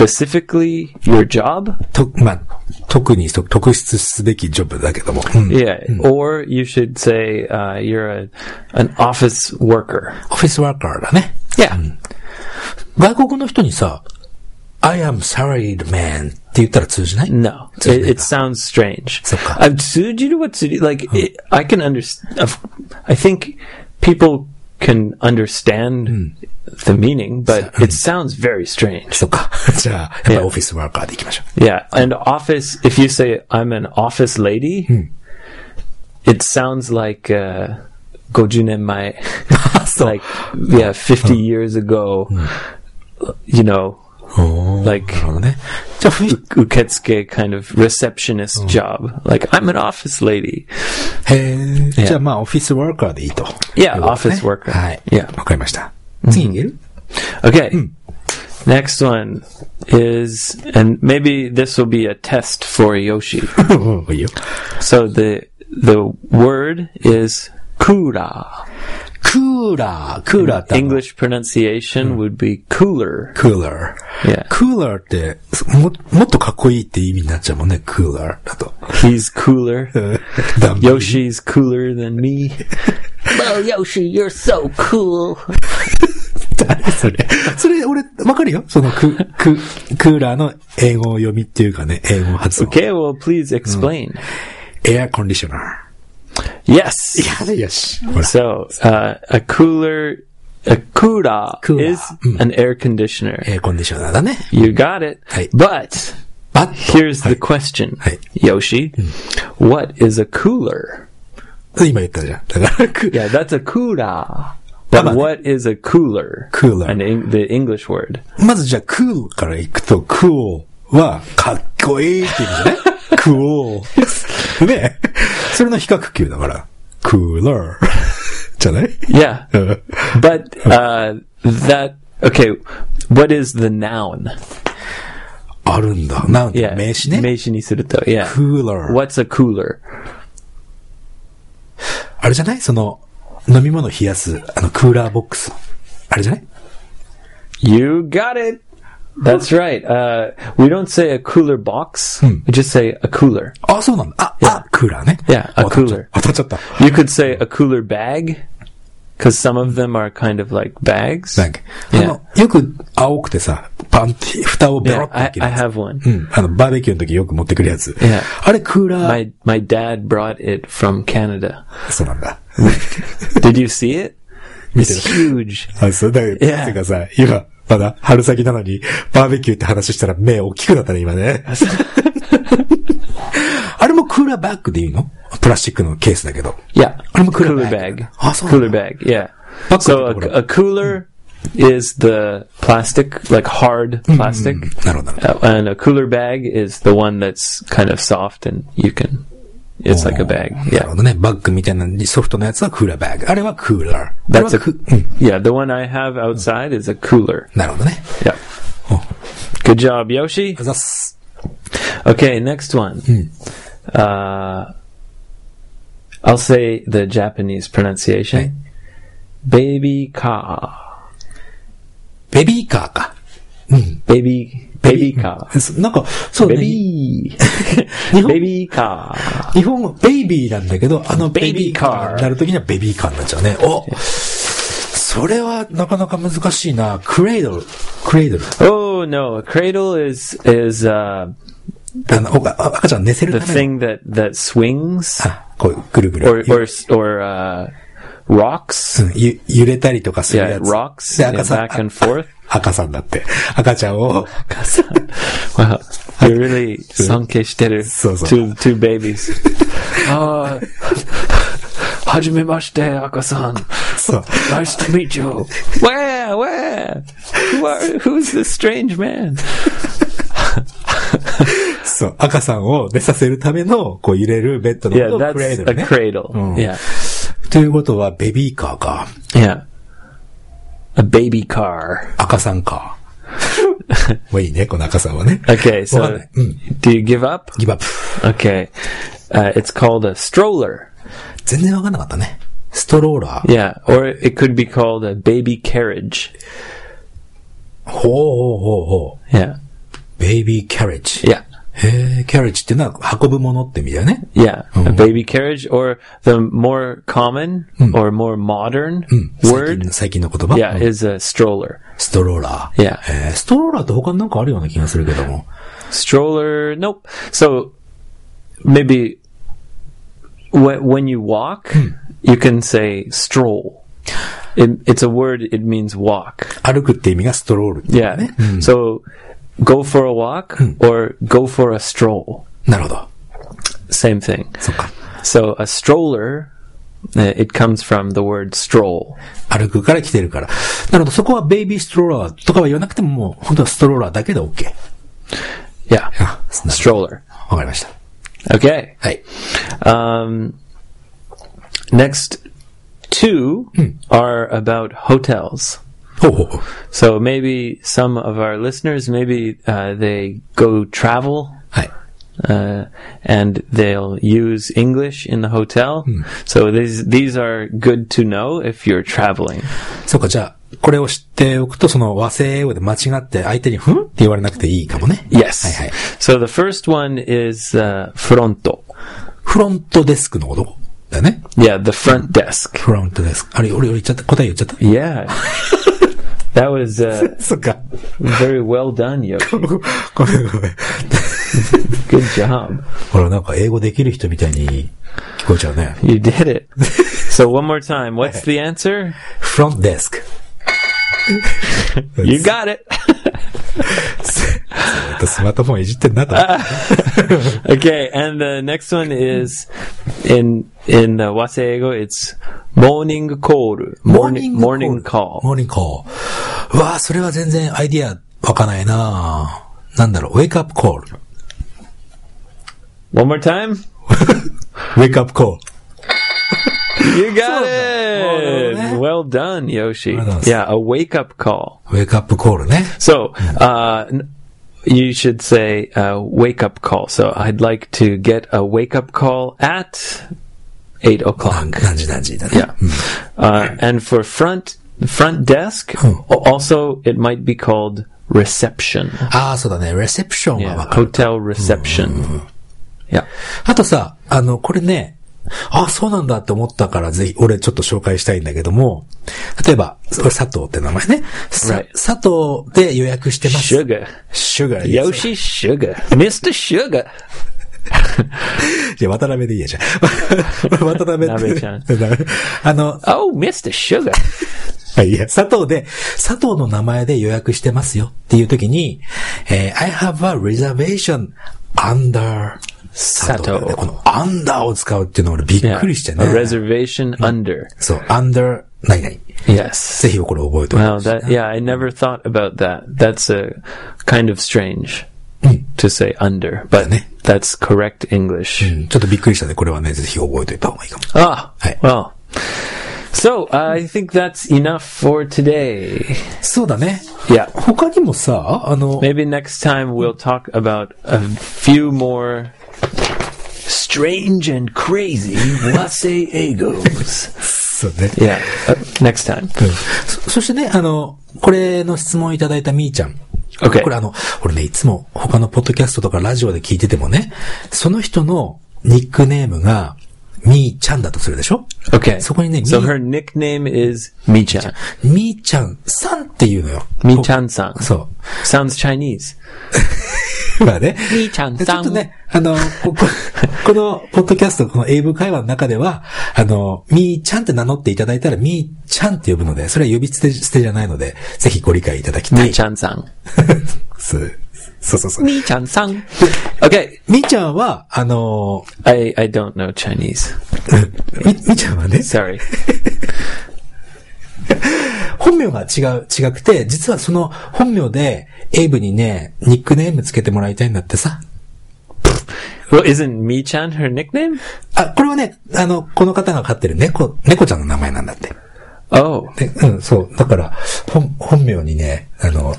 Speaker 2: specifically your job.
Speaker 1: う。と、まあ、特にと特筆すべきジョブだけども。うん
Speaker 2: Yeah. Hmm. Or you should say uh, you're a, an office worker. Hmm.
Speaker 1: オフィスワーカーだね。
Speaker 2: Yeah.
Speaker 1: 外国の人にさ、I am salaried man って言ったら通じない
Speaker 2: No,
Speaker 1: Tsuji
Speaker 2: it,
Speaker 1: ka.
Speaker 2: it sounds strange.
Speaker 1: Sokka.
Speaker 2: I'm Tsuji what Tsuji like. It, I can understand. I think people can understand the meaning, but it sounds very strange.
Speaker 1: そっか。 [laughs] じゃあ、やっぱり
Speaker 2: Yeah.
Speaker 1: オフィスワーカーでいきましょ
Speaker 2: Yeah, and office. If you say I'm an office lady, it sounds like uh, mai,
Speaker 1: う。そ
Speaker 2: like yeah, fifty years ago. You know,
Speaker 1: おー
Speaker 2: like
Speaker 1: なるほどね。じゃあ、ふい
Speaker 2: u- uketsuke kind of receptionist job. Like I'm an office lady.
Speaker 1: へーじゃあ、まあ、オフィスワーカーでいいと。
Speaker 2: Yeah,
Speaker 1: ということね
Speaker 2: office worker.
Speaker 1: はい。
Speaker 2: Yeah.
Speaker 1: わかりました。次にいける
Speaker 2: Okay. Next one is, and maybe this will be a test for Yoshi.
Speaker 1: [laughs] うんいいよ。
Speaker 2: so the the word is kura.
Speaker 1: クーラー、クーラーってあの
Speaker 2: English
Speaker 1: Hmm.
Speaker 2: pronunciation would be cooler.
Speaker 1: クーラー。
Speaker 2: Yeah.
Speaker 1: クーラーって、も、もっとかっこいいって意味になっちゃうもんね、クーラーだと。
Speaker 2: [laughs]
Speaker 1: [laughs]
Speaker 2: He's cooler.
Speaker 1: ダンビ
Speaker 2: Yoshi's cooler than me. well, Yoshi, you're so cool.
Speaker 1: それ、 [laughs] それ、俺、わかるよ。その、ク、ク、クーラーの英語読みっていうかね、英語発音。
Speaker 2: Okay, well, please explain.
Speaker 1: Hmm. エアコンディショナ
Speaker 2: Yes.
Speaker 1: ー。よし。ほら。
Speaker 2: So uh, a cooler, a kura
Speaker 1: Kura.
Speaker 2: is an air conditioner.
Speaker 1: エアコンディショナーだね。
Speaker 2: You got it.
Speaker 1: Hey.
Speaker 2: But
Speaker 1: バッ
Speaker 2: here's the question,
Speaker 1: Hey. Hmm.
Speaker 2: Yoshi. What is a cooler?
Speaker 1: と、今言ったじゃん。だから、ク、
Speaker 2: Yeah, that's a kura. But
Speaker 1: Come on.
Speaker 2: what is a cooler?
Speaker 1: Cooler.
Speaker 2: An Eng- the English word.
Speaker 1: まずじゃあ、クールから行くと、クールは、かっこいいって意 [laughs] 味だね。クール。ねそれの比較級だから、クーラー。じゃない
Speaker 2: Yeah.
Speaker 1: うん。
Speaker 2: But uh, that okay. What is the noun?
Speaker 1: あるんだ。なんて
Speaker 2: Yeah.
Speaker 1: 名詞ね。
Speaker 2: 名詞にすると, yeah.
Speaker 1: クーラー。
Speaker 2: What's a cooler?
Speaker 1: あれじゃないその、飲み物冷やす、あの、クーラーボックス。あれじゃない
Speaker 2: You got it. That's right. Uh, we don't say a cooler box. We just say a cooler.
Speaker 1: あ、そうなんだ。あ、あ、クーラーね。
Speaker 2: Yeah,
Speaker 1: 当
Speaker 2: a
Speaker 1: たっちゃっ
Speaker 2: cooler.
Speaker 1: た当たっちゃった。
Speaker 2: You could say a cooler bag because some of them are kind of like bags.
Speaker 1: なんか、あ
Speaker 2: Yeah.
Speaker 1: の、よく青くてさ、パンって、蓋をベ
Speaker 2: Yeah,
Speaker 1: ロッと開
Speaker 2: I,
Speaker 1: ける
Speaker 2: I
Speaker 1: やつ
Speaker 2: have one.
Speaker 1: うん。あの、バーベキューの時よく持ってくるやつ。
Speaker 2: Yeah.
Speaker 1: あれ、クーラー。
Speaker 2: My my dad brought it from Canada.
Speaker 1: そうなんだ。
Speaker 2: Did you see it? It's huge.
Speaker 1: あ、そうだよ。
Speaker 2: Yeah.
Speaker 1: てかさ、今、まだ春先なのに、バーベキューって話したら目大きくなったね、今ね。あれもクーラーバッグでいいのプラスチックのケースだけど。
Speaker 2: Yeah,
Speaker 1: I'm a cooler
Speaker 2: cooler
Speaker 1: bag.
Speaker 2: bag.
Speaker 1: Ah, so-
Speaker 2: Cooler bag. Yeah.
Speaker 1: That's
Speaker 2: So
Speaker 1: a good
Speaker 2: a,
Speaker 1: one.
Speaker 2: a cooler is the plastic, like hard
Speaker 1: Mm-hmm.
Speaker 2: plastic.
Speaker 1: なるほどなるほど。
Speaker 2: Uh, and a cooler bag is the one that's kind of soft and you can it's
Speaker 1: Oh.
Speaker 2: like a bag
Speaker 1: なる
Speaker 2: yeah
Speaker 1: ほどね。バッグみたいなソフトのやつはクーラーバッグ。あれはクーラー。あれは
Speaker 2: that's a
Speaker 1: クうん
Speaker 2: yeah the one i have outside is a cooler
Speaker 1: なるほどね。
Speaker 2: yeah good job yoshi
Speaker 1: あざっす。
Speaker 2: okay next
Speaker 1: Hmm.
Speaker 2: one uh i'll say the japanese
Speaker 1: Hey.
Speaker 2: pronunciation baby ka
Speaker 1: ベビーカーか。
Speaker 2: baby baby
Speaker 1: Hmm.
Speaker 2: ka
Speaker 1: そなんか、そうね。
Speaker 2: baby [laughs]
Speaker 1: 日本
Speaker 2: baby ka
Speaker 1: 日本語、ベイビーなんだけど、あのベイビーカー
Speaker 2: Baby car
Speaker 1: になるときにはベビーカーになっちゃうね。おそれはなかなか難しいな。クレイドル。クレイドル。
Speaker 2: oh no a cradle is is uh
Speaker 1: あの、おか赤ちゃん寝せる
Speaker 2: the
Speaker 1: ための。
Speaker 2: thing that that swings
Speaker 1: あ、こう、ぐるぐる。
Speaker 2: or or or uh, rocks.
Speaker 1: うんゆ揺れたりとかする
Speaker 2: Yeah,
Speaker 1: やつ。
Speaker 2: rocks
Speaker 1: で
Speaker 2: yeah,
Speaker 1: 赤さん
Speaker 2: back and forth.
Speaker 1: 赤さんだって。赤ちゃんを、
Speaker 2: wow, you're really sankeshiteru
Speaker 1: So, so.
Speaker 2: two two babies. Uh, Hajimemashite, Aka-san.
Speaker 1: そう。
Speaker 2: Nice to meet you. Where? Where? Who are, who's this strange man?
Speaker 1: そう、赤さんを寝させるための、こう揺れるベッドの
Speaker 2: Yeah,
Speaker 1: ことをクレー
Speaker 2: that's
Speaker 1: ドル
Speaker 2: a
Speaker 1: ね。
Speaker 2: cradle. Yeah,
Speaker 1: ということは、ベビーカーか、
Speaker 2: yeah. A baby car.
Speaker 1: 赤さんか。もういいね、この赤さんはね。
Speaker 2: Okay, so
Speaker 1: わかんない。うん。
Speaker 2: do you give up?
Speaker 1: ギブアップ。
Speaker 2: Okay, uh, it's called a stroller.
Speaker 1: 全然わかんなかったね。ストローラー。
Speaker 2: Yeah, or it could be called a baby carriage.
Speaker 1: ほうほうほうほ
Speaker 2: Yeah,
Speaker 1: う。ベイビーキャレッジ。
Speaker 2: yeah,
Speaker 1: へえ、キャレッジってのは運ぶものって意味だよね。
Speaker 2: yeah. A baby carriage, or the more common or more modern
Speaker 1: 最
Speaker 2: word,
Speaker 1: 近最近の言葉。
Speaker 2: yeah, is a stroller.
Speaker 1: ストローラー。
Speaker 2: Yeah.
Speaker 1: えーストローラーって他になんかあるような気がするけども。
Speaker 2: Stroller, nope. So maybe when when you walk, you can say stroll. It, it's a word. It means walk.
Speaker 1: 歩くって意味がストロールっていう
Speaker 2: Yeah.
Speaker 1: ね。
Speaker 2: So go for a walk or go for a stroll.
Speaker 1: なるほど。
Speaker 2: Same thing.
Speaker 1: そっか。
Speaker 2: So a stroller, uh, it comes from the word stroll.
Speaker 1: 歩くから来てるから。なるほど。そこはベイビーストローラーとかは言わなくてももう、本当はストローラーだけで OK。
Speaker 2: Yeah.
Speaker 1: あ、そんな
Speaker 2: Stroller.
Speaker 1: わかりました。
Speaker 2: Okay.
Speaker 1: はい。
Speaker 2: Um, next two are about hotels.
Speaker 1: ほうほうほう。
Speaker 2: So maybe some of our listeners, maybe uh, they go travel
Speaker 1: はい。
Speaker 2: uh, and they'll use English in the hotel. So these these are good to know if you're traveling.
Speaker 1: そうか、じゃあ、これを知っておくと、その和製英語で間違って相手に、ふんって言われなくていいかもね。
Speaker 2: Yes.
Speaker 1: はいはい。
Speaker 2: So the first one is uh, fronto.
Speaker 1: フロントデスクのことだよね。
Speaker 2: Yeah, the front desk.
Speaker 1: フロントデスク。あれ、俺、俺言っちゃった。答え言っちゃった。
Speaker 2: Yeah. that was uh,
Speaker 1: そっか。
Speaker 2: very well done, Yoshi.
Speaker 1: ごめんごめん。
Speaker 2: Good job.
Speaker 1: ほら、なんか英語できる人みたいに聞こえちゃうね。
Speaker 2: You did it. So one more time. What's the answer?
Speaker 1: フロントデス [laughs] ク。
Speaker 2: You got it.
Speaker 1: またスマートフォンいじってんなと思って。
Speaker 2: [laughs] Okay, and the next one is in in uh, Waseigo. It's morning call. Morning morning call.
Speaker 1: モーニングコール。うわーそれは全然アイディア湧かないなぁなんだろう、ウェイクアップコール。
Speaker 2: One more time.
Speaker 1: ウェイクアップコール。
Speaker 2: You got
Speaker 1: Oh,
Speaker 2: it.
Speaker 1: no.
Speaker 2: Well done, Yoshi.
Speaker 1: Well done.
Speaker 2: Yeah, a wake up call.
Speaker 1: ウェイクアップコールね。
Speaker 2: So, uh, n- you should say uh, wake up call. So I'd like to get a wake up call at eight
Speaker 1: あ
Speaker 2: o'clock.
Speaker 1: 何時何時だね。
Speaker 2: Yeah. Uh, and for front front desk,
Speaker 1: Hmm.
Speaker 2: al- also it might be called reception.
Speaker 1: ああ、そうだね。レセプション
Speaker 2: Yeah, Mm-hmm.
Speaker 1: はわかる。
Speaker 2: hotel reception. Yeah.
Speaker 1: あとさ、あの、これね、ああ、そうなんだって思ったから、ぜひ、俺ちょっと紹介したいんだけども、例えば、俺佐藤って名前ね。さ
Speaker 2: Right.
Speaker 1: 佐藤で予約してます。
Speaker 2: Sugar.
Speaker 1: シュガー。
Speaker 2: Yoshi Sugar. Mr. Sugar.
Speaker 1: じゃあ渡辺でいいやじゃん。 [laughs] 渡辺って
Speaker 2: [laughs] 鍋ちゃん
Speaker 1: [laughs] あの、
Speaker 2: Oh, Mr. Sugar.
Speaker 1: [laughs] はい、いや、佐藤で、佐藤の名前で予約してますよっていう時に、えー I have a reservation under 佐藤だよね。
Speaker 2: 佐藤
Speaker 1: この under を使うっていうの俺びっ
Speaker 2: Yeah.
Speaker 1: くりして
Speaker 2: A
Speaker 1: ね。
Speaker 2: reservation under.
Speaker 1: そう、under 何々。
Speaker 2: Yes.
Speaker 1: ぜひこれ覚えておいて
Speaker 2: Wow, that yeah, I never thought about that. That's a kind of strange to say under, but
Speaker 1: Yeah.
Speaker 2: that's correct English.
Speaker 1: うんちょっとびっくりしたね。これはね、ぜひ覚えておいた方がいいかも。
Speaker 2: Ah,
Speaker 1: Hey.
Speaker 2: well. So I think that's enough for today.
Speaker 1: そうだね。
Speaker 2: Yeah.
Speaker 1: 他にもさ、あの、
Speaker 2: Maybe next time we'll talk about a few more strange and crazy Wase Egos.
Speaker 1: そうね。
Speaker 2: [laughs] Yeah, uh, next time.
Speaker 1: そそしてね、あの、これの質問いただいたみーちゃん。
Speaker 2: Okay.
Speaker 1: これあの、俺ね、いつも他のポッドキャストとかラジオで聞いててもね、その人のニックネームが、みーちゃんだとするでしょ
Speaker 2: Okay.
Speaker 1: そこにね、み
Speaker 2: So her nickname is Mi-chan.
Speaker 1: みーちゃんさんっていうのよ。
Speaker 2: Mi-chan-san.
Speaker 1: そ
Speaker 2: Sounds Chinese.
Speaker 1: う。まあね。
Speaker 2: みーちゃんさん
Speaker 1: でちょっとね、あの、ここ、この、ポッドキャスト、この英文会話の中では、あの、みーちゃんって名乗っていただいたら、みーちゃんって呼ぶので、それは呼び捨て捨てじゃないので、ぜひご理解いただきたい。
Speaker 2: Mi-chan-san.
Speaker 1: [laughs] そうそうそうそう。
Speaker 2: Mi-chan-san. Okay.
Speaker 1: みーちゃんは、あの、
Speaker 2: I, I don't know Chinese.
Speaker 1: み、みーちゃんはね、
Speaker 2: Sorry.
Speaker 1: 本名が違う、違くて、実はその本名で、エイブにね、ニックネームつけてもらいたいんだってさ。
Speaker 2: Well, isn't Mi-chan her nickname?
Speaker 1: あ、これはね、あの、この方が飼ってる猫、猫ちゃんの名前なんだって。
Speaker 2: Oh.
Speaker 1: で、うん、そう。だから、本、本名にね、あの、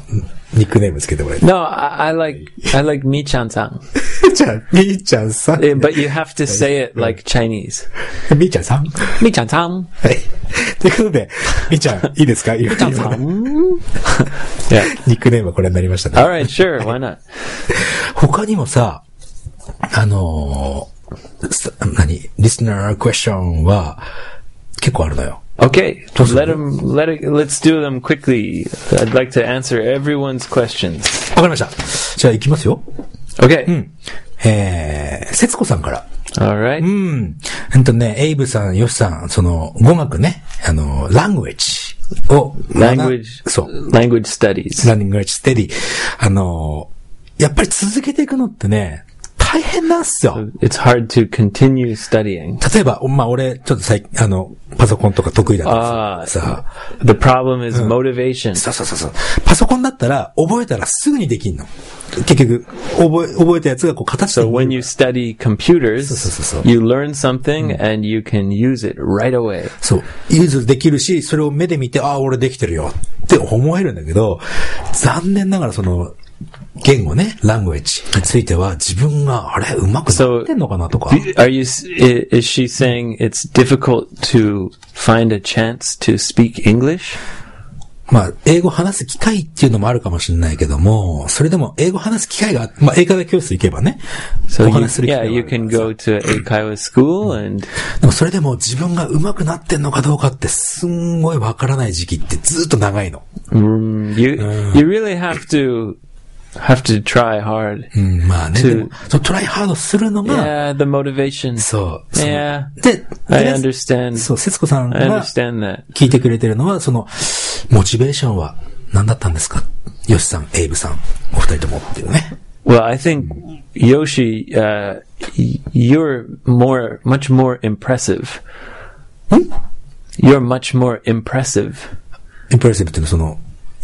Speaker 1: ニックネームつけてもらえ
Speaker 2: No, I, I like I like Mi Chan Sang.
Speaker 1: [laughs] じゃあ、みーちゃんさん。
Speaker 2: Eh, But you have to say it like Chinese.
Speaker 1: みーちゃんさん。は
Speaker 2: Mi Chan Sang.
Speaker 1: い。ということで、みーちゃん、いいですかみーち
Speaker 2: Chan Sang.
Speaker 1: [laughs]
Speaker 2: Yeah.
Speaker 1: ニックネームはこれになりましたね。
Speaker 2: All right, sure. Why not?
Speaker 1: 他にもさ、あのー、さ何リスナークエスチョンは結構あるのよ。
Speaker 2: Okay, let them. Let it, let's do them quickly. I'd like to answer everyone's questions.
Speaker 1: わかりました。じゃあ行きますよ。
Speaker 2: Okay.
Speaker 1: Hmm. えー、節子さんから。
Speaker 2: All
Speaker 1: Hmm.
Speaker 2: right.
Speaker 1: うん。えっとね、エイブさん、ヨシさん、その、語学ね、あの、ラングエッジを、
Speaker 2: Language.
Speaker 1: そう。
Speaker 2: Language studies.
Speaker 1: ラングエッジステディ。あの、やっぱり続けていくのってね、大変なんすよ。
Speaker 2: It's hard to continue studying.
Speaker 1: 例えば、まあ、俺、ちょっと最近、あの、パソコンとか得意だから
Speaker 2: あー
Speaker 1: さ、
Speaker 2: The problem
Speaker 1: Hmm.
Speaker 2: is motivation.
Speaker 1: さ、そうそうそうそう。パソコンだったら、覚えたらすぐにできんの。結局、覚え、覚えたやつがこう形で
Speaker 2: So when you study computers,
Speaker 1: So, so, so, Hmm. so.
Speaker 2: you learn something and you can use it right away.
Speaker 1: そう、ユーズできるし、それを目で見て、ああ、俺できてるよって思えるんだけど、残念ながらその、言語ね、ラングエッジについては、自分が、あれ、うまくなってんのかなとか。
Speaker 2: Are you? s- i- Is she saying it's difficult to find a chance to speak English?
Speaker 1: まあ、英語話す機会っていうのもあるかもしれないけども、それでも英語話す機会が、まあ、英会話教室行けばね、
Speaker 2: So
Speaker 1: お
Speaker 2: you,
Speaker 1: 話しする機会
Speaker 2: yeah,
Speaker 1: はある
Speaker 2: you can go to Aikawa school and
Speaker 1: でもそれでも自分が上手くなってんのかどうかってすんごいわからない時期ってずっと長いの。
Speaker 2: mm, you you really have to have to try hard.
Speaker 1: うん、まあね。
Speaker 2: そう
Speaker 1: でもそうトライハードするのが、
Speaker 2: Yeah, the motivation.
Speaker 1: そう。その
Speaker 2: Yeah,
Speaker 1: で、とり
Speaker 2: I
Speaker 1: あえず
Speaker 2: understand.
Speaker 1: そう、節子さん
Speaker 2: I
Speaker 1: が
Speaker 2: understand that.
Speaker 1: 聞いてくれてるのは、その、モチベーションは何だったんですかヨシさん、エイブさん、お二人ともっていうね。
Speaker 2: Well, I think Yoshi, uh, y- you're more, much more impressive. You're much more impressive.
Speaker 1: インプレッシブっていうのはその、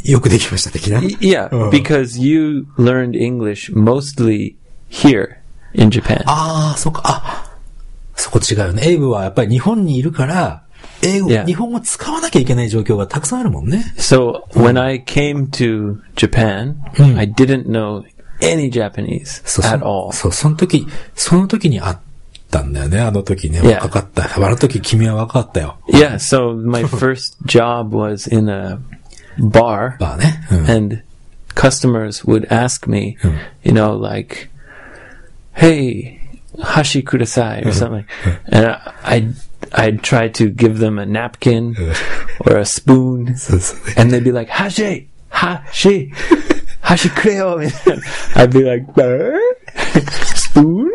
Speaker 1: よくできました的な。
Speaker 2: Y- Yeah,
Speaker 1: Oh.
Speaker 2: because you learned English mostly here in Japan.
Speaker 1: ああ、そっか、あ、そこ違うよね。エイブはやっぱり日本にいるから、英語、
Speaker 2: Yeah.
Speaker 1: 日本語使わなきゃいけない状況がたくさんあるもんね。
Speaker 2: So when I came to Japan, I didn't know any Japanese
Speaker 1: そう
Speaker 2: at
Speaker 1: そ
Speaker 2: all.
Speaker 1: そう、その時、その時にあったんだよね、あの時ね。
Speaker 2: Yeah.
Speaker 1: 若かった。あの時君は若かったよ。
Speaker 2: Yeah, so my first job was in a bar.
Speaker 1: バーね。うん
Speaker 2: and customers would ask me, you know, like, "Hey, hashi kudasai" or something, and I, I'd I'd try to give them a napkin or a spoon,
Speaker 1: そう [laughs] そう
Speaker 2: and they'd be like, "Hashi, hashi, hashi [laughs] kureo," I'd be like, "Eh? "Spoon."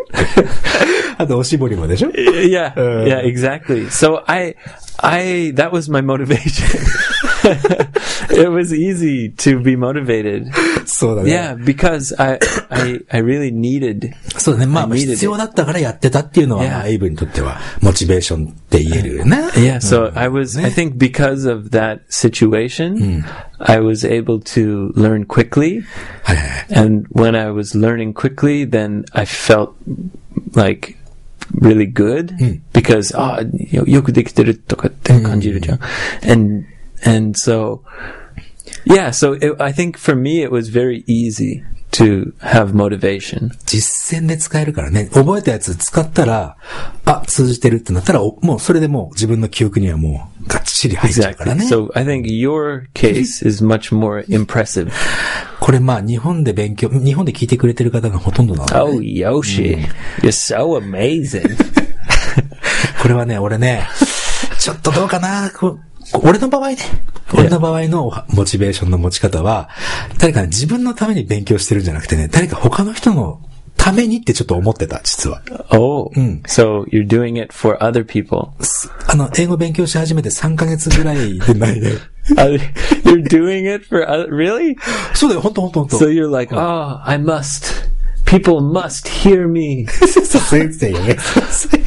Speaker 1: あと、おしぼりもでしょ
Speaker 2: [laughs] yeah,
Speaker 1: Uh.
Speaker 2: yeah, exactly. So I, I that was my motivation. [laughs] it was easy to be motivated.
Speaker 1: そうだ
Speaker 2: Yeah,
Speaker 1: ね。
Speaker 2: because I, I, I really needed.
Speaker 1: そうだね。まあ、
Speaker 2: I needed it.
Speaker 1: 必要だったからやってたっていうのは、
Speaker 2: Yeah.
Speaker 1: まあエイブにとっては、モチベーションって言えるよね。
Speaker 2: Uh, Yeah, Hmm. so I was, I think because of that situation, I was able to learn quickly.
Speaker 1: はいはいはい。
Speaker 2: And when I was learning quickly, then I felt like really good because, ah, yo- yoku dekiteru toka te kanjiru jan. And, and so, yeah, so it, I think for me it was very easy to have motivation.
Speaker 1: 実践で使えるからね。覚えたやつ使ったら、あ、通じてるってなったら、おもうそれでもう自分の記憶にはもう、がっちり入っちゃうからね。
Speaker 2: So I think your case is much more impressive.
Speaker 1: これまあ、日本で勉強、日本で聞いてくれてる方がほとんどなので
Speaker 2: Oh, Yoshi, you're so amazing.
Speaker 1: これはね、俺ね、ちょっとどうかな、こ俺の場合ね、俺の場合のモチベーションの持ち方は、誰かね、自分のために勉強してるんじゃなくてね、誰か他の人のためにってちょっと思ってた、実は。
Speaker 2: Oh, so you're doing it for other people.
Speaker 1: すあの、英語勉強し始めて3ヶ月ぐらいでないね。
Speaker 2: [laughs] Uh, you're doing it for other, really?
Speaker 1: そうだよ、ほんとほんとほんと。
Speaker 2: So you're like, oh, I must. People must hear me.
Speaker 1: そういうやつだよね。そういう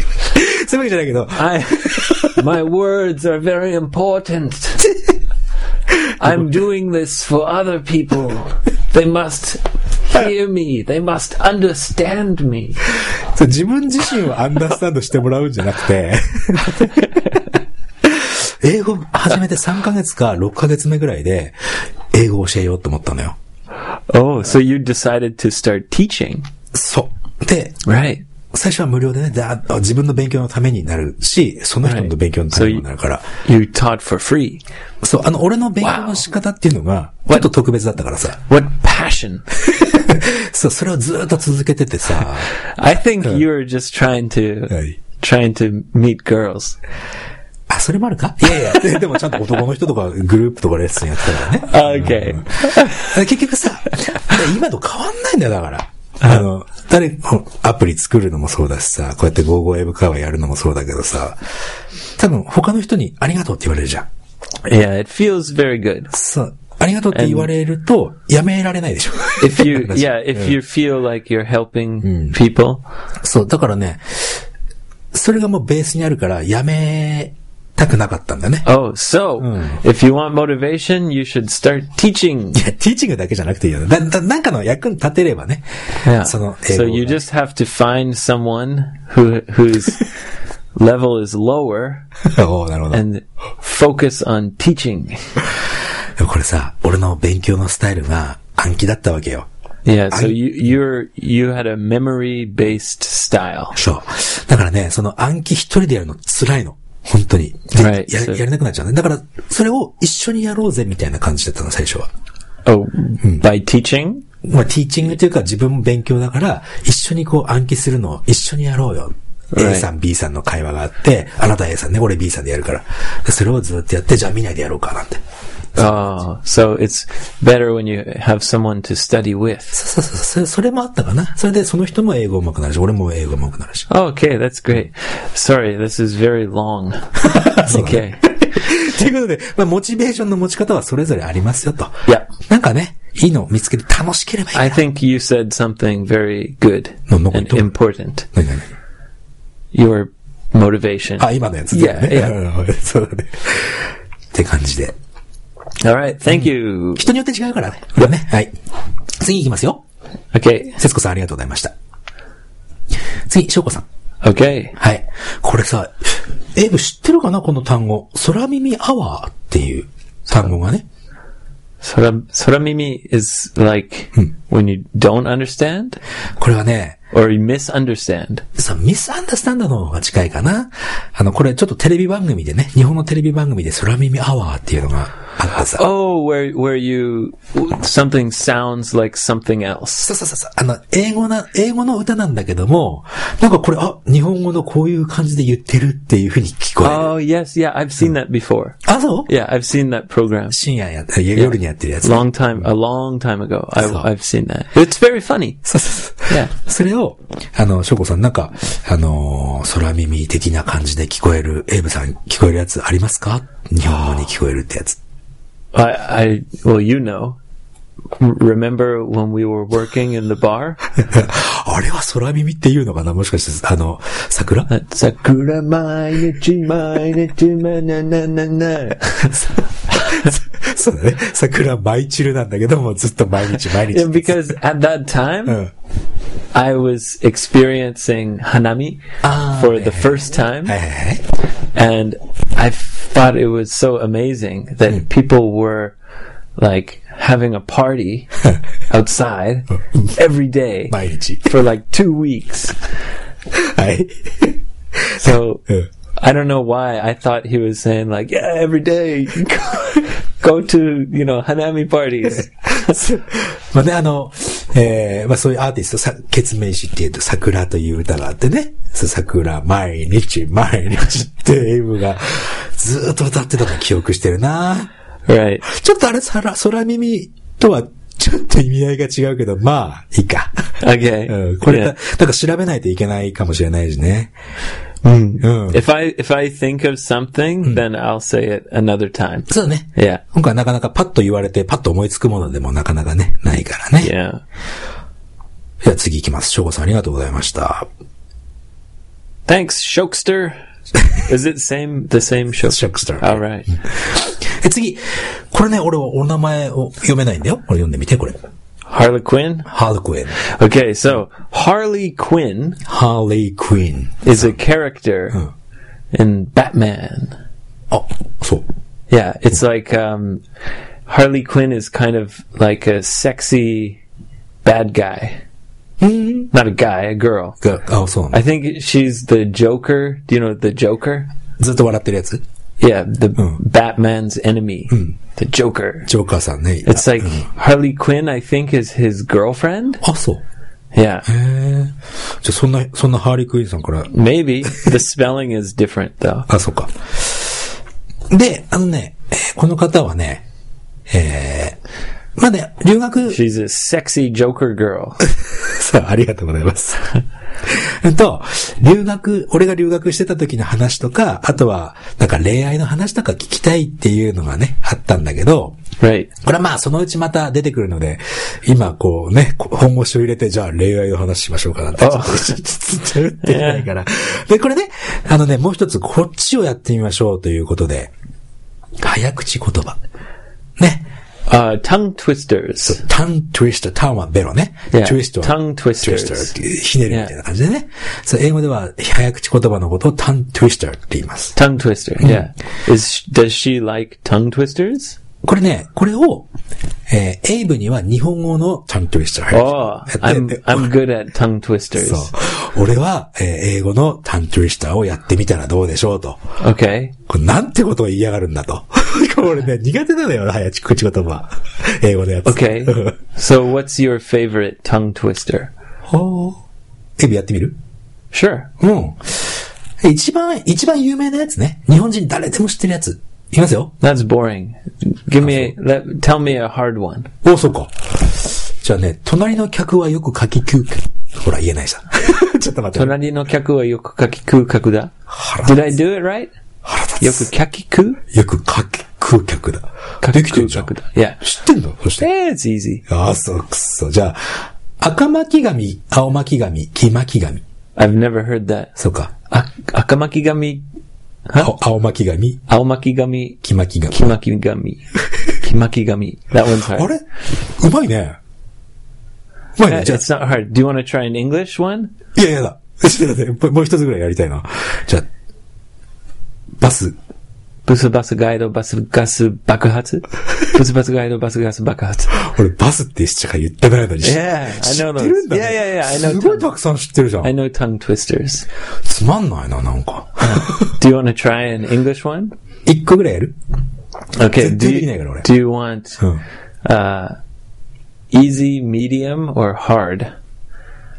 Speaker 1: そういうわけじゃないけど、
Speaker 2: I, [laughs] my words are very [laughs] important. I'm doing this for other people. They must hear me. They must understand me.
Speaker 1: そう自分自身をアンダースタンドしてもらうんじゃなくて、英語始めて3ヶ月か6ヶ月目ぐらいで、英語を教えようと思ったのよ。
Speaker 2: Oh, so you decided to start teaching.
Speaker 1: そう。で、
Speaker 2: Right.
Speaker 1: 最初は無料でね、だあ自分の勉強のためになるし、その人の勉強のためにもなるから。
Speaker 2: You taught for free.
Speaker 1: そう、あの、俺の勉強の仕方っていうのが、ちょっと特別だったからさ。
Speaker 2: What passion.
Speaker 1: そう、それをずーっと続けててさ。
Speaker 2: I think you were just trying to
Speaker 1: はい。
Speaker 2: trying to meet girls.
Speaker 1: あ、それもあるかいやいやで、 [laughs] でもちゃんと男の人とかグループとかレッスンやってたからね。
Speaker 2: Okay.
Speaker 1: 結局さ、今と変わんないんだよ、だから。あの、誰、アプリ作るのもそうだしさ、こうやって 55M 会話やるのもそうだけどさ、多分他の人にありがとうって言われるじゃん。
Speaker 2: Yeah, it feels very good.
Speaker 1: そう。ありがとうって言われると、やめられないでしょ。[laughs]
Speaker 2: If you yeah, if you feel like you're helping people.
Speaker 1: そう、だからね、それがもうベースにあるから、やめたくなかったんだね。
Speaker 2: Oh, so if you want motivation, you should start teaching.
Speaker 1: いや、ティーチングだけじゃなくていいよね。だ、だ、なんかの役に立てればね。
Speaker 2: Yeah.
Speaker 1: その英語を
Speaker 2: So
Speaker 1: ね
Speaker 2: you just have to find someone who whose level is lower
Speaker 1: [laughs] おーなるほど。
Speaker 2: and focus on teaching.
Speaker 1: でもこれさ、俺の勉強のスタイルが暗記だったわけよ。
Speaker 2: Yeah, so
Speaker 1: I-
Speaker 2: you you're you had a memory based style.
Speaker 1: そう。だからね、その暗記一人でやるの辛いの。本当に。で
Speaker 2: Right.
Speaker 1: や
Speaker 2: So-
Speaker 1: やれなくなっちゃうね。だから、それを一緒にやろうぜみたいな感じだったの、最初は。
Speaker 2: Oh, by teaching?
Speaker 1: まあ、ティーチングというか自分も勉強だから、一緒にこう暗記するのを一緒にやろうよ。
Speaker 2: Right.
Speaker 1: A さん、B さんの会話があって、あなた A さんね、俺 B さんでやるから。でそれをずっとやって、じゃあ見ないでやろうかなんて。
Speaker 2: Oh, so it's better when you have someone to study with.
Speaker 1: そうそうそうそれ、それもあったかな。それでその人も英語上手くなるし、俺も英語上手く [laughs] なるし。
Speaker 2: Oh, Okay, that's great. Sorry, this is
Speaker 1: [laughs]
Speaker 2: very long. [laughs]
Speaker 1: そうだね
Speaker 2: Okay.
Speaker 1: ということで、まあ、モチベーションの持ち方はそれぞれありますよと。
Speaker 2: Yeah.
Speaker 1: なんかね、いいのを見つけて楽しければいい。
Speaker 2: I think you said something very good
Speaker 1: No, no,
Speaker 2: and
Speaker 1: don't.
Speaker 2: important.
Speaker 1: 何々
Speaker 2: Your motivation.
Speaker 1: あ、今のやつ、
Speaker 2: いやいや
Speaker 1: うんそうだね。って感じで。
Speaker 2: All right, thank you.
Speaker 1: 人によって違うからね。だね。はい。次行きますよ。Mm-hmm.
Speaker 2: Okay.
Speaker 1: 節子さんありがとうございました。次、翔子さん。
Speaker 2: Okay.
Speaker 1: はい。これさ、エイブ知ってるかなこの単語。空耳アワーっていう単語がね。
Speaker 2: Sora, soramimi is like
Speaker 1: Hmm.
Speaker 2: when you don't understand
Speaker 1: これはね、
Speaker 2: or you misunderstand.
Speaker 1: さ、ミスアンダースタンダーの方が近いかな。あの、これちょっとテレビ番組でね、日本のテレビ番組で空耳アワーっていうのがあったさ。
Speaker 2: Oh, where where you something sounds like something else.
Speaker 1: そうそうそうそう。あの、英語な、英語の歌なんだけども、なんかこれ、あ、日本語のこういう感じで言ってるっていう風に聞こえる。
Speaker 2: Oh yes, yeah, I've seen that before.
Speaker 1: あ、そう
Speaker 2: Yeah, I've seen that program
Speaker 1: 深夜やって、夜にやってるやつ。
Speaker 2: long time a long time ago. I,
Speaker 1: So-
Speaker 2: I've seen that. It's very funny.
Speaker 1: そうそうそう。
Speaker 2: Yeah.
Speaker 1: それを、あの、翔子さんなんか、あのー空耳的な感じで聞こえる、エイブさん聞こえるやつありますか日本語に聞こえるってやつ。
Speaker 2: I, I well, you know. M- Remember when we were working in the bar?
Speaker 1: [laughs] あれは空耳っていうのかなもしかして、あの、桜
Speaker 2: That Sakura Mainichi Mainichi ma- na na na na.
Speaker 1: [laughs] そうだね。桜舞い散るなんだけども、ずっと毎日毎日。
Speaker 2: Yeah, because at that time
Speaker 1: うん。
Speaker 2: I was experiencing hanami
Speaker 1: Ah,
Speaker 2: for the first time,
Speaker 1: はいはいはい。
Speaker 2: and I thought it was so amazing that people were like having a party outside every day
Speaker 1: 毎日。
Speaker 2: for like two weeks.
Speaker 1: はい。 [laughs]
Speaker 2: So
Speaker 1: うん。
Speaker 2: I don't know why I thought he was saying like, yeah, every day [laughs] go, go to you know hanami parties.
Speaker 1: まあね、あの、えーまあそういうアーティスト、さ、決名詞っていうと、桜という歌があってね、そう桜、毎日、毎日ってエイブが、ずーっと歌ってたの記憶してるな
Speaker 2: right.
Speaker 1: ちょっとあれ、空、空耳とは、ちょっと意味合いが違うけど、まあ、いいか。
Speaker 2: Okay.
Speaker 1: [laughs] うん、これ、
Speaker 2: Yeah.
Speaker 1: だなんか調べないといけないかもしれないしね。うん。
Speaker 2: If I if I think of something, then I'll say it another time.
Speaker 1: そうね。
Speaker 2: Yeah.
Speaker 1: 今回なかなかパッと言われて、パッと思いつくものでもなかなかね、ないからね。
Speaker 2: Yeah.
Speaker 1: では次行きます。翔吾さんありがとうございました。
Speaker 2: Thanks, Shokester. Is it same the same Shokester?
Speaker 1: ショックスター。
Speaker 2: All right.
Speaker 1: え、次。これね、俺はお名前を読めないんだよ。これ読んでみて、これ。
Speaker 2: Harlequin.
Speaker 1: ハーレクイン。
Speaker 2: Okay, so Harley Quinn
Speaker 1: ハーレイクイーン。
Speaker 2: is a character in Batman.
Speaker 1: あ、そう。
Speaker 2: Yeah, it's like um, Harley Quinn is kind of like a sexy bad guy. Not a guy, a girl.
Speaker 1: が、あ、そうなんだ
Speaker 2: I think she's the Joker. Do you know the Joker?
Speaker 1: ずっと笑ってるやつ
Speaker 2: Yeah, the
Speaker 1: Mm.
Speaker 2: Batman's enemy, the Joker.
Speaker 1: ジョーカーさんね。
Speaker 2: It's like
Speaker 1: うん
Speaker 2: Harley Quinn, I think, is his girlfriend.
Speaker 1: あ、そう。
Speaker 2: Yeah,
Speaker 1: へえ。じゃあそんな、そんなハーリークイーンさんから、
Speaker 2: maybe. the spelling is different, though.
Speaker 1: あ、そうか。で、あのね、えーこの方はね、えー、まあね、留学、
Speaker 2: She's a sexy Joker girl.
Speaker 1: [laughs] さあ、ありがとうございます。 [laughs] えっと、留学、俺が留学してた時の話とか、あとは、なんか恋愛の話とか聞きたいっていうのがね、あったんだけど、
Speaker 2: right.
Speaker 1: これはまあ、そのうちまた出てくるので、今こうね、こ本腰を入れて、じゃあ恋愛の話しましょうかなんて、ちょ
Speaker 2: あ
Speaker 1: っと、ちょっとちょっと言ってないから。で、これね、あのね、もう一つ、こっちをやってみましょうということで、早口言葉。ね。
Speaker 2: Uh, tongue twisters.
Speaker 1: タントゥイスト、タンはベロね。
Speaker 2: Yeah.
Speaker 1: トゥイストは
Speaker 2: Tongue twisters.
Speaker 1: トゥイストひねるみたいな感じでね。そう英語では早口言葉のことをタントゥイスターって言います。
Speaker 2: Tongue twister. Yeah. Is sh- does she like tongue twisters?
Speaker 1: これね、これを、えーエイブには日本語のタントゥイスター。
Speaker 2: Oh,
Speaker 1: やって
Speaker 2: I'm
Speaker 1: て
Speaker 2: I'm good at tongue twisters.
Speaker 1: そう。俺は、えー英語のタントゥイスターをやってみたらどうでしょうと。
Speaker 2: Okay.
Speaker 1: これなんてことを言いやがるんだと。 [laughs] これね、苦手なのよ、早口言葉。英語のやつ。 [laughs]
Speaker 2: Okay. so what's your favorite tongue twister?
Speaker 1: ほーエイブやってみる
Speaker 2: Sure.
Speaker 1: うん。一番、一番有名なやつね。日本人誰でも知ってるやつ。いきますよ。
Speaker 2: That's boring. Give me a, let, tell me a hard one.
Speaker 1: おそうか。じゃあね、隣の客はよく柿休暇。ほら、言え [laughs] ないさ。ちょっと待って。
Speaker 2: Tonari no kyaku wa yoku kakiku kakuda.
Speaker 1: 腹
Speaker 2: Did
Speaker 1: 立
Speaker 2: I
Speaker 1: つ。
Speaker 2: do it right?
Speaker 1: 腹立
Speaker 2: Yoku
Speaker 1: つ。
Speaker 2: kakiku?
Speaker 1: よく柿食う客だ。できて
Speaker 2: Kakiku
Speaker 1: るじゃん。知
Speaker 2: kakuda. Yeah.
Speaker 1: ってんのそして。
Speaker 2: Yeah, it's easy.
Speaker 1: ああ、そう、くっそ。じゃあ、赤巻紙、青巻紙、黄巻紙。
Speaker 2: I've never heard that.
Speaker 1: そうか。
Speaker 2: A- Akamakigami,
Speaker 1: 青青巻紙、
Speaker 2: aomakigami,
Speaker 1: 黄巻紙。
Speaker 2: kimakigami, kimakigami. That one's
Speaker 1: あ
Speaker 2: hard.
Speaker 1: れうまいね。うまい
Speaker 2: Uh,
Speaker 1: ね。じゃあ
Speaker 2: It's not hard. Do you want to try an English one?
Speaker 1: いやいやだ。ちょっと待ってもうもう一つぐらいやりたいな。じゃあ、バス。
Speaker 2: ブスバスガイドバスガス爆発ブスバスガイドバスガス爆発
Speaker 1: 俺、バスってしか言ってないのに。
Speaker 2: Yeah, I
Speaker 1: 知
Speaker 2: know
Speaker 1: ってるんだ、
Speaker 2: those.
Speaker 1: ね。
Speaker 2: Yeah, yeah, yeah, I
Speaker 1: すごい
Speaker 2: know.
Speaker 1: たくさん知ってるじゃ
Speaker 2: I
Speaker 1: ん。
Speaker 2: know tongue twisters.
Speaker 1: つまんないな、なん
Speaker 2: [laughs]
Speaker 1: か。
Speaker 2: Do you want to try an English one?
Speaker 1: 一個ぐらいやる
Speaker 2: Okay.
Speaker 1: Dude,
Speaker 2: Do
Speaker 1: you know
Speaker 2: you,
Speaker 1: it.
Speaker 2: do you want
Speaker 1: うん。
Speaker 2: uh, easy, medium, or hard?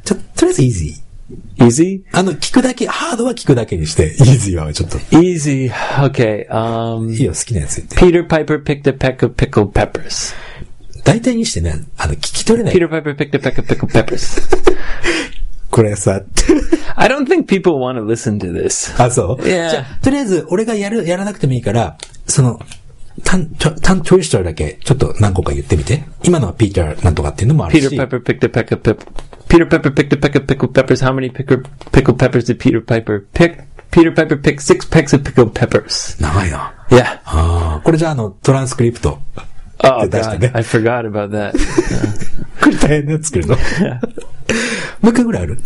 Speaker 1: ちょ、とりあえずイージ
Speaker 2: Easy,
Speaker 1: ー。あの、聞くだけ、ハードは聞くだけにして、イージーはちょっと、い
Speaker 2: easy. Okay. Um,
Speaker 1: いよ、好きなやつ言って。
Speaker 2: Peter Piper picked a peck of pickled peppers.
Speaker 1: 大体にしてね、あの、聞き取れない。
Speaker 2: Peter Piper picked a peck of pickled peppers.
Speaker 1: これさ、
Speaker 2: I don't think people want to listen to this.
Speaker 1: あ、そう
Speaker 2: いや
Speaker 1: じゃあとりあえず、俺がやる、やらなくてもいいから、その、タン、ちょタンチョイストだけ、ちょっと何個か言ってみて。今のはピーターなんとかっていうのもある
Speaker 2: Peter
Speaker 1: し。
Speaker 2: Piper picked a peck of pip- Peter Piper picked a peck of pickled peppers. How many picker- pickled peppers did Peter Piper pick? Peter Piper picked six pecks of pickled peppers.
Speaker 1: 長いな。
Speaker 2: Yeah.
Speaker 1: ああ。これじゃあ、あの、トランスクリプト。
Speaker 2: Oh
Speaker 1: Did that
Speaker 2: god,
Speaker 1: again.
Speaker 2: I forgot about that.
Speaker 1: これ大変なやつ作るの [laughs] もう一回ぐらいある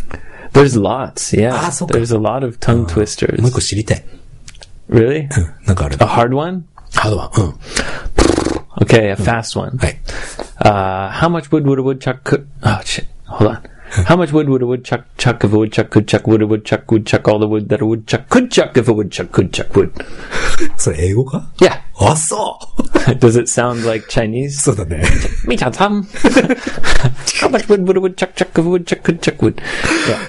Speaker 2: There's lots. Yeah.
Speaker 1: Ah, so- Oh.
Speaker 2: There's a lot of tongue twisters.
Speaker 1: もう一個知りたい。
Speaker 2: Really?
Speaker 1: うんなんかある
Speaker 2: A。hard one?
Speaker 1: ハードは。うん。
Speaker 2: Okay, a fast one.
Speaker 1: はい。
Speaker 2: Uh, how much wood would a woodchuck cook? Oh shit! Hold on. How much wood would a woodchuck chuck if a woodchuck could chuck? Would a woodchuck would chuck all the wood that a woodchuck could chuck if a woodchuck could chuck wood?
Speaker 1: それ英語か
Speaker 2: Yeah. [laughs]
Speaker 1: あ、そう [laughs]
Speaker 2: Does it sound like Chinese?
Speaker 1: そうだね。
Speaker 2: Me ta [laughs] tam. How much wood would a woodchuck chuck if a woodchuck could chuck wood?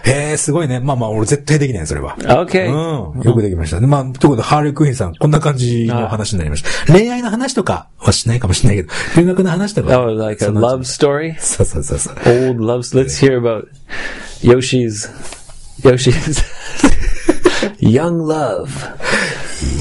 Speaker 2: Yeah.
Speaker 1: へえ、すごいね。まあまあ、俺絶対できない、それは。
Speaker 2: Okay.
Speaker 1: うん。よくできました。でまあ、ということで、ハーレークイーンさん、こんな感じの話になりました。恋愛の話とかはしないかもしれないけど、留学の話とか。
Speaker 2: Oh, like a
Speaker 1: その
Speaker 2: love story?
Speaker 1: そうそうそうそう。
Speaker 2: Old loves. Let's hear about Yoshi's. Yoshi's. [laughs] Young love.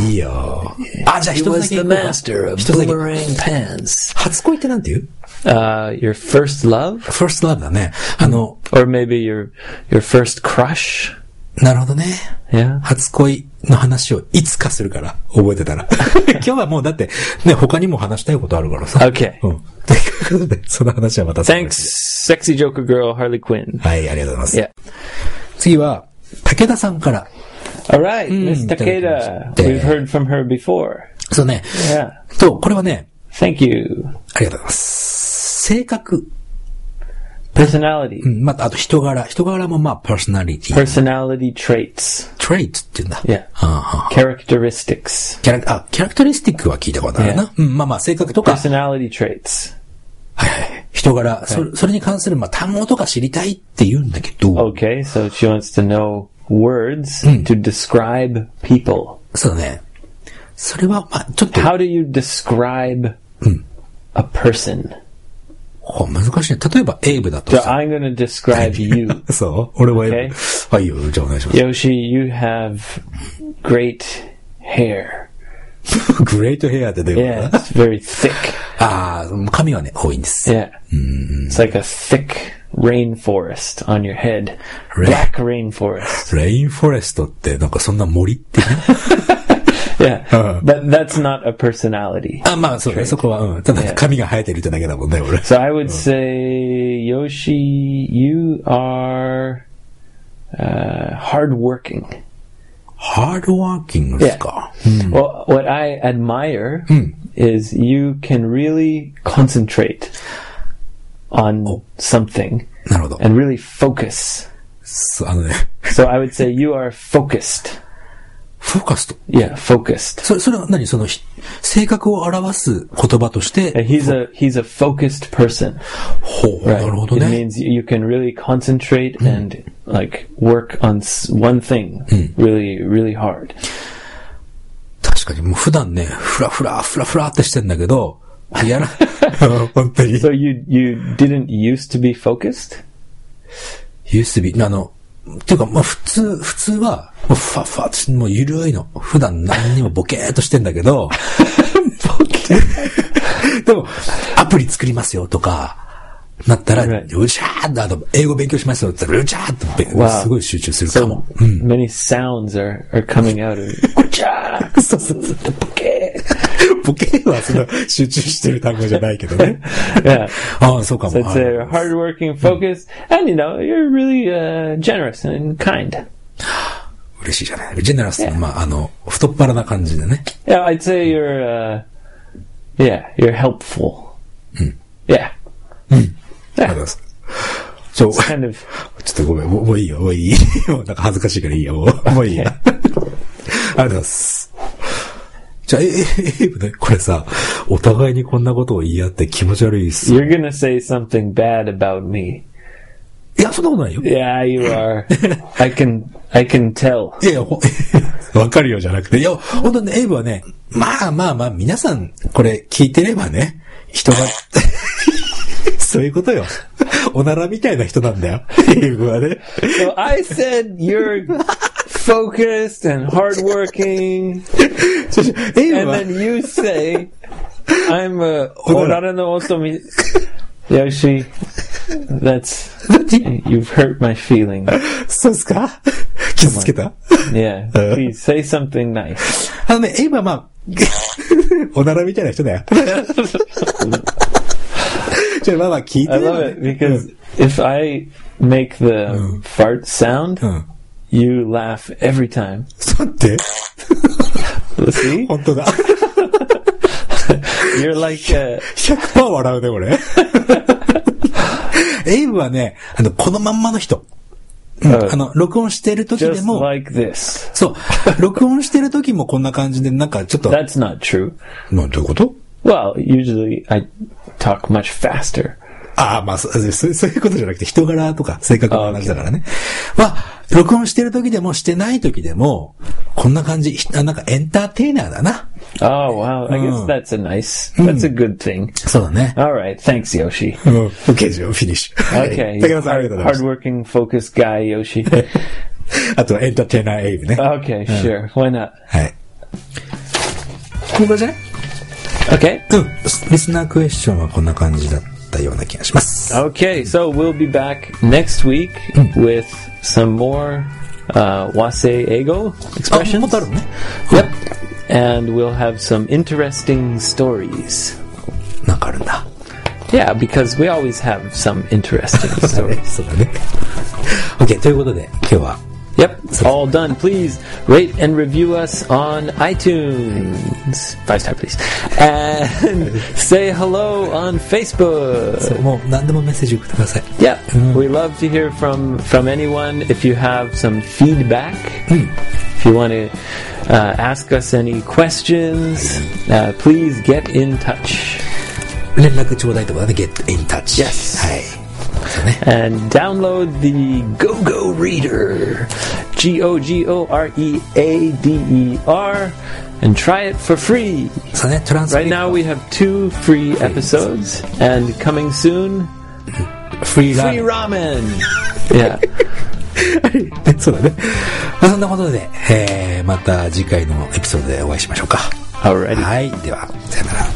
Speaker 1: いいよ。あ、じゃあ
Speaker 2: He
Speaker 1: 一つだ
Speaker 2: was
Speaker 1: け行こ
Speaker 2: the
Speaker 1: うか。
Speaker 2: master of
Speaker 1: 一つだけ。
Speaker 2: boomerang pants.
Speaker 1: 初恋ってなんていう
Speaker 2: Uh, your first love?
Speaker 1: ?first love だね。あの、
Speaker 2: or maybe your your first crush.
Speaker 1: なるほどね。
Speaker 2: Yeah.
Speaker 1: 初恋の話をいつかするから、覚えてた
Speaker 2: [laughs]
Speaker 1: ら。今日はもうだって、ね、他にも話したいことあるからさ。
Speaker 2: Okay.
Speaker 1: うん。ということで、その話はまたそのうち
Speaker 2: Thanks, sexy Joker girl Harley Quinn.
Speaker 1: はい、ありがとうござい
Speaker 2: Yeah.
Speaker 1: ます。次は、武田さんから。
Speaker 2: All right, Miss
Speaker 1: thank you. Yeah.
Speaker 2: Takeda. We've heard from her before.
Speaker 1: そうね。
Speaker 2: Yeah.
Speaker 1: と、これはね、
Speaker 2: Thank you.
Speaker 1: ありがとうございます。性格、
Speaker 2: Personality.
Speaker 1: うん、また、あと人柄。人柄もまあ、パーソナリティ。
Speaker 2: Personality traits.
Speaker 1: トレイツって言うんだ。
Speaker 2: Yeah.
Speaker 1: ああ
Speaker 2: Characteristics.
Speaker 1: キャラあ、キャラクタリスティックは聞いたことあるな。うん、まあまあ、性格とか、
Speaker 2: Personality traits.
Speaker 1: はいはい人柄、それ、それに関する、まあ、単語とか知りたいって言うんだけど、
Speaker 2: Okay, so she wants to know words to describe people.
Speaker 1: そうだね。それは、まあ、ちょっと、
Speaker 2: How do you describe a person?
Speaker 1: ほ難しいね。例えば、エイブだと
Speaker 2: So
Speaker 1: さ。
Speaker 2: I'm
Speaker 1: [laughs]
Speaker 2: going to describe you.
Speaker 1: そう俺はエイブ。はい、いいよ、じゃあお願いします。
Speaker 2: Yoshi, you have great hair.
Speaker 1: [laughs] グレートヘアってどういうこと
Speaker 2: Yeah,
Speaker 1: だ
Speaker 2: it's very thick.
Speaker 1: ああ、髪はね、多いんです。
Speaker 2: Yeah. It's like a thick rainforest on your head.
Speaker 1: Rain-
Speaker 2: Black rainforest.
Speaker 1: レインフォレストって、なんかそんな森っていう。
Speaker 2: [laughs] Yeah.
Speaker 1: Uh-huh.
Speaker 2: But that's not a personality.
Speaker 1: あ、まあ、そうね、そこは、うん。ただ、髪が生えてるってだけだもんね、俺。
Speaker 2: So I would say, Yoshi, you are uh, hardworking.
Speaker 1: ハードワーキングですか。
Speaker 2: Well, what I admire is you can really concentrate on something
Speaker 1: なるほど。
Speaker 2: and really focus.
Speaker 1: そうあのね、
Speaker 2: So I would say you are focused.
Speaker 1: フォーカスト。
Speaker 2: Yeah, focused.
Speaker 1: それ、それは何その、ひ性格を表す言葉として
Speaker 2: And、He's a he's a focused person.
Speaker 1: ほう、
Speaker 2: Right. Hmm.
Speaker 1: なるほど
Speaker 2: It
Speaker 1: ね。
Speaker 2: means you you can really concentrate and like work on s- one thing really really hard.
Speaker 1: 確かに、もう普段ね、ふらふら、ふらふらってしてんだけど、やら、 [laughs] 本当に。
Speaker 2: So you you didn't used to be focused.
Speaker 1: USB、あの、っていうか、まあ普通、普通は、もうふわふわって、もうゆるいの。普段何にも [laughs] ボケーっとしてんだけど、ボケでも、アプリ作りますよとか、なったら、
Speaker 2: Right.
Speaker 1: うしゃーっと、あの、英語勉強しますよって言ったら、うしゃーっとべ、
Speaker 2: Wow.
Speaker 1: すごい集中するか
Speaker 2: So
Speaker 1: も。
Speaker 2: many sounds are are coming out of.
Speaker 1: そうそうそう。ボケー。ボケーはその集中してる単語じゃないけどね。
Speaker 2: [laughs] Yeah.
Speaker 1: ああ、そうかも。
Speaker 2: It's a
Speaker 1: あ
Speaker 2: hardworking, focused, and you know you're really uh, generous and kind.
Speaker 1: 嬉しいじゃない。ジェネラスの、まあ、あの、太っ腹な感じでね。
Speaker 2: Yeah, I'd say you're. Uh, yeah, you're helpful. Hmm. Yeah,
Speaker 1: ありがとうございます。ちょ、
Speaker 2: it's kind of.
Speaker 1: ちょっとごめん、もうもういいよ、もういい。 [laughs] もうなんか恥ずかしいからいいよ、も [laughs] う。もういいや。ありがとうございます。じゃあ、え、え、え、え、ね、これさ、お互いにこんなことを言い合って気持ち悪いっす。
Speaker 2: You're gonna say something bad about me.
Speaker 1: いや、そんなことないよ。い
Speaker 2: Yeah, you [laughs] are. I can. I can tell.
Speaker 1: やいや、ほ [laughs] わかるよじゃなくて。いや、本当にねエイブはね、まあまあまあ、皆さん、これ聞いてればね、人が、 [laughs] そういうことよ。おならみたいな人なんだよ。エイブはね。
Speaker 2: So I said you're focused and [laughs] hardworking,
Speaker 1: エイブ
Speaker 2: and
Speaker 1: は
Speaker 2: then、you say I'm a [laughs]
Speaker 1: Onara.
Speaker 2: onara no otomi. Yoshi, that's
Speaker 1: 何
Speaker 2: you've hurt my feelings.
Speaker 1: [laughs] そうです [laughs] か傷つけた
Speaker 2: Yeah,
Speaker 1: Uh.
Speaker 2: please say something nice.
Speaker 1: あのね、エイブはまあ、 [laughs] おならみたいな人だよ。じゃあまあまあ聞いて
Speaker 2: I
Speaker 1: れ
Speaker 2: love
Speaker 1: ばね
Speaker 2: it because if I make the fart sound,
Speaker 1: うん。
Speaker 2: you laugh every [laughs] time.
Speaker 1: そうって、
Speaker 2: See,
Speaker 1: 本当だ。
Speaker 2: you're like [laughs] a,
Speaker 1: 100%笑うね、俺。エイブはね、あの、このまんまの人。
Speaker 2: uh,
Speaker 1: あの、録音してる時で
Speaker 2: just
Speaker 1: も、
Speaker 2: like this.
Speaker 1: そう、録音してる時もこんな感じで、なんかちょっと、
Speaker 2: That's not true.
Speaker 1: なんてこと
Speaker 2: Well, usually I talk much faster.
Speaker 1: ああ、まあそそう、そういうことじゃなくて、人柄とか性格の話だからね。は、録音してる時でもしてない時でも、こんな感じ、ひあなんかエンターテイナーだな。
Speaker 2: Oh wow! I guess
Speaker 1: Mm.
Speaker 2: that's a nice. That's a good thing.
Speaker 1: そうだね。
Speaker 2: All right. Thanks, Yoshi.
Speaker 1: うん。OK じゃあ、フィニッシュ。
Speaker 2: Okay.
Speaker 1: 竹田さん、ありがとうございます。
Speaker 2: Hardworking, focused guy, Yoshi.
Speaker 1: あと、エンターテイナーエイブね。
Speaker 2: Okay, sure. Why not?
Speaker 1: はい。こんなじゃない
Speaker 2: Okay.
Speaker 1: うん。リスナークエスチョンはこんな感じだったような気がします。
Speaker 2: Okay. So we'll be back next week with some more uh, wase ego
Speaker 1: あ、もっ
Speaker 2: expressions.
Speaker 1: とあるのね。
Speaker 2: Yep. And we'll have some interesting stories.
Speaker 1: なんかあるんだ。
Speaker 2: Yeah, because we always have some interesting
Speaker 1: そう
Speaker 2: stories.
Speaker 1: そうだね。OK、ということで、今日は
Speaker 2: Yep, all done. Please rate and review us on iTunes. Five star, please. And say hello on Facebook.
Speaker 1: もう何でもメッセージ送ってください。
Speaker 2: Yep, we love to hear from from anyone. If you have some feedback, if you want to uh, ask us any questions, uh, please get in touch
Speaker 1: 連絡ちょうだいとかね、get in touch.
Speaker 2: Yes.
Speaker 1: はい。
Speaker 2: and download the GoGo Reader, G O G O R E A D E R, and try it for free.
Speaker 1: そうね、トランスク
Speaker 2: Right
Speaker 1: リプ
Speaker 2: now, we have two free episodes, and coming soon,
Speaker 1: ト、フリーラ
Speaker 2: free
Speaker 1: ー
Speaker 2: ramen. [laughs] Yeah.
Speaker 1: メン。そうだね。まあそんなことで、えー、また次回のエピソードでお会いしましょうか。
Speaker 2: Alrighty.
Speaker 1: はい。では、さよなら。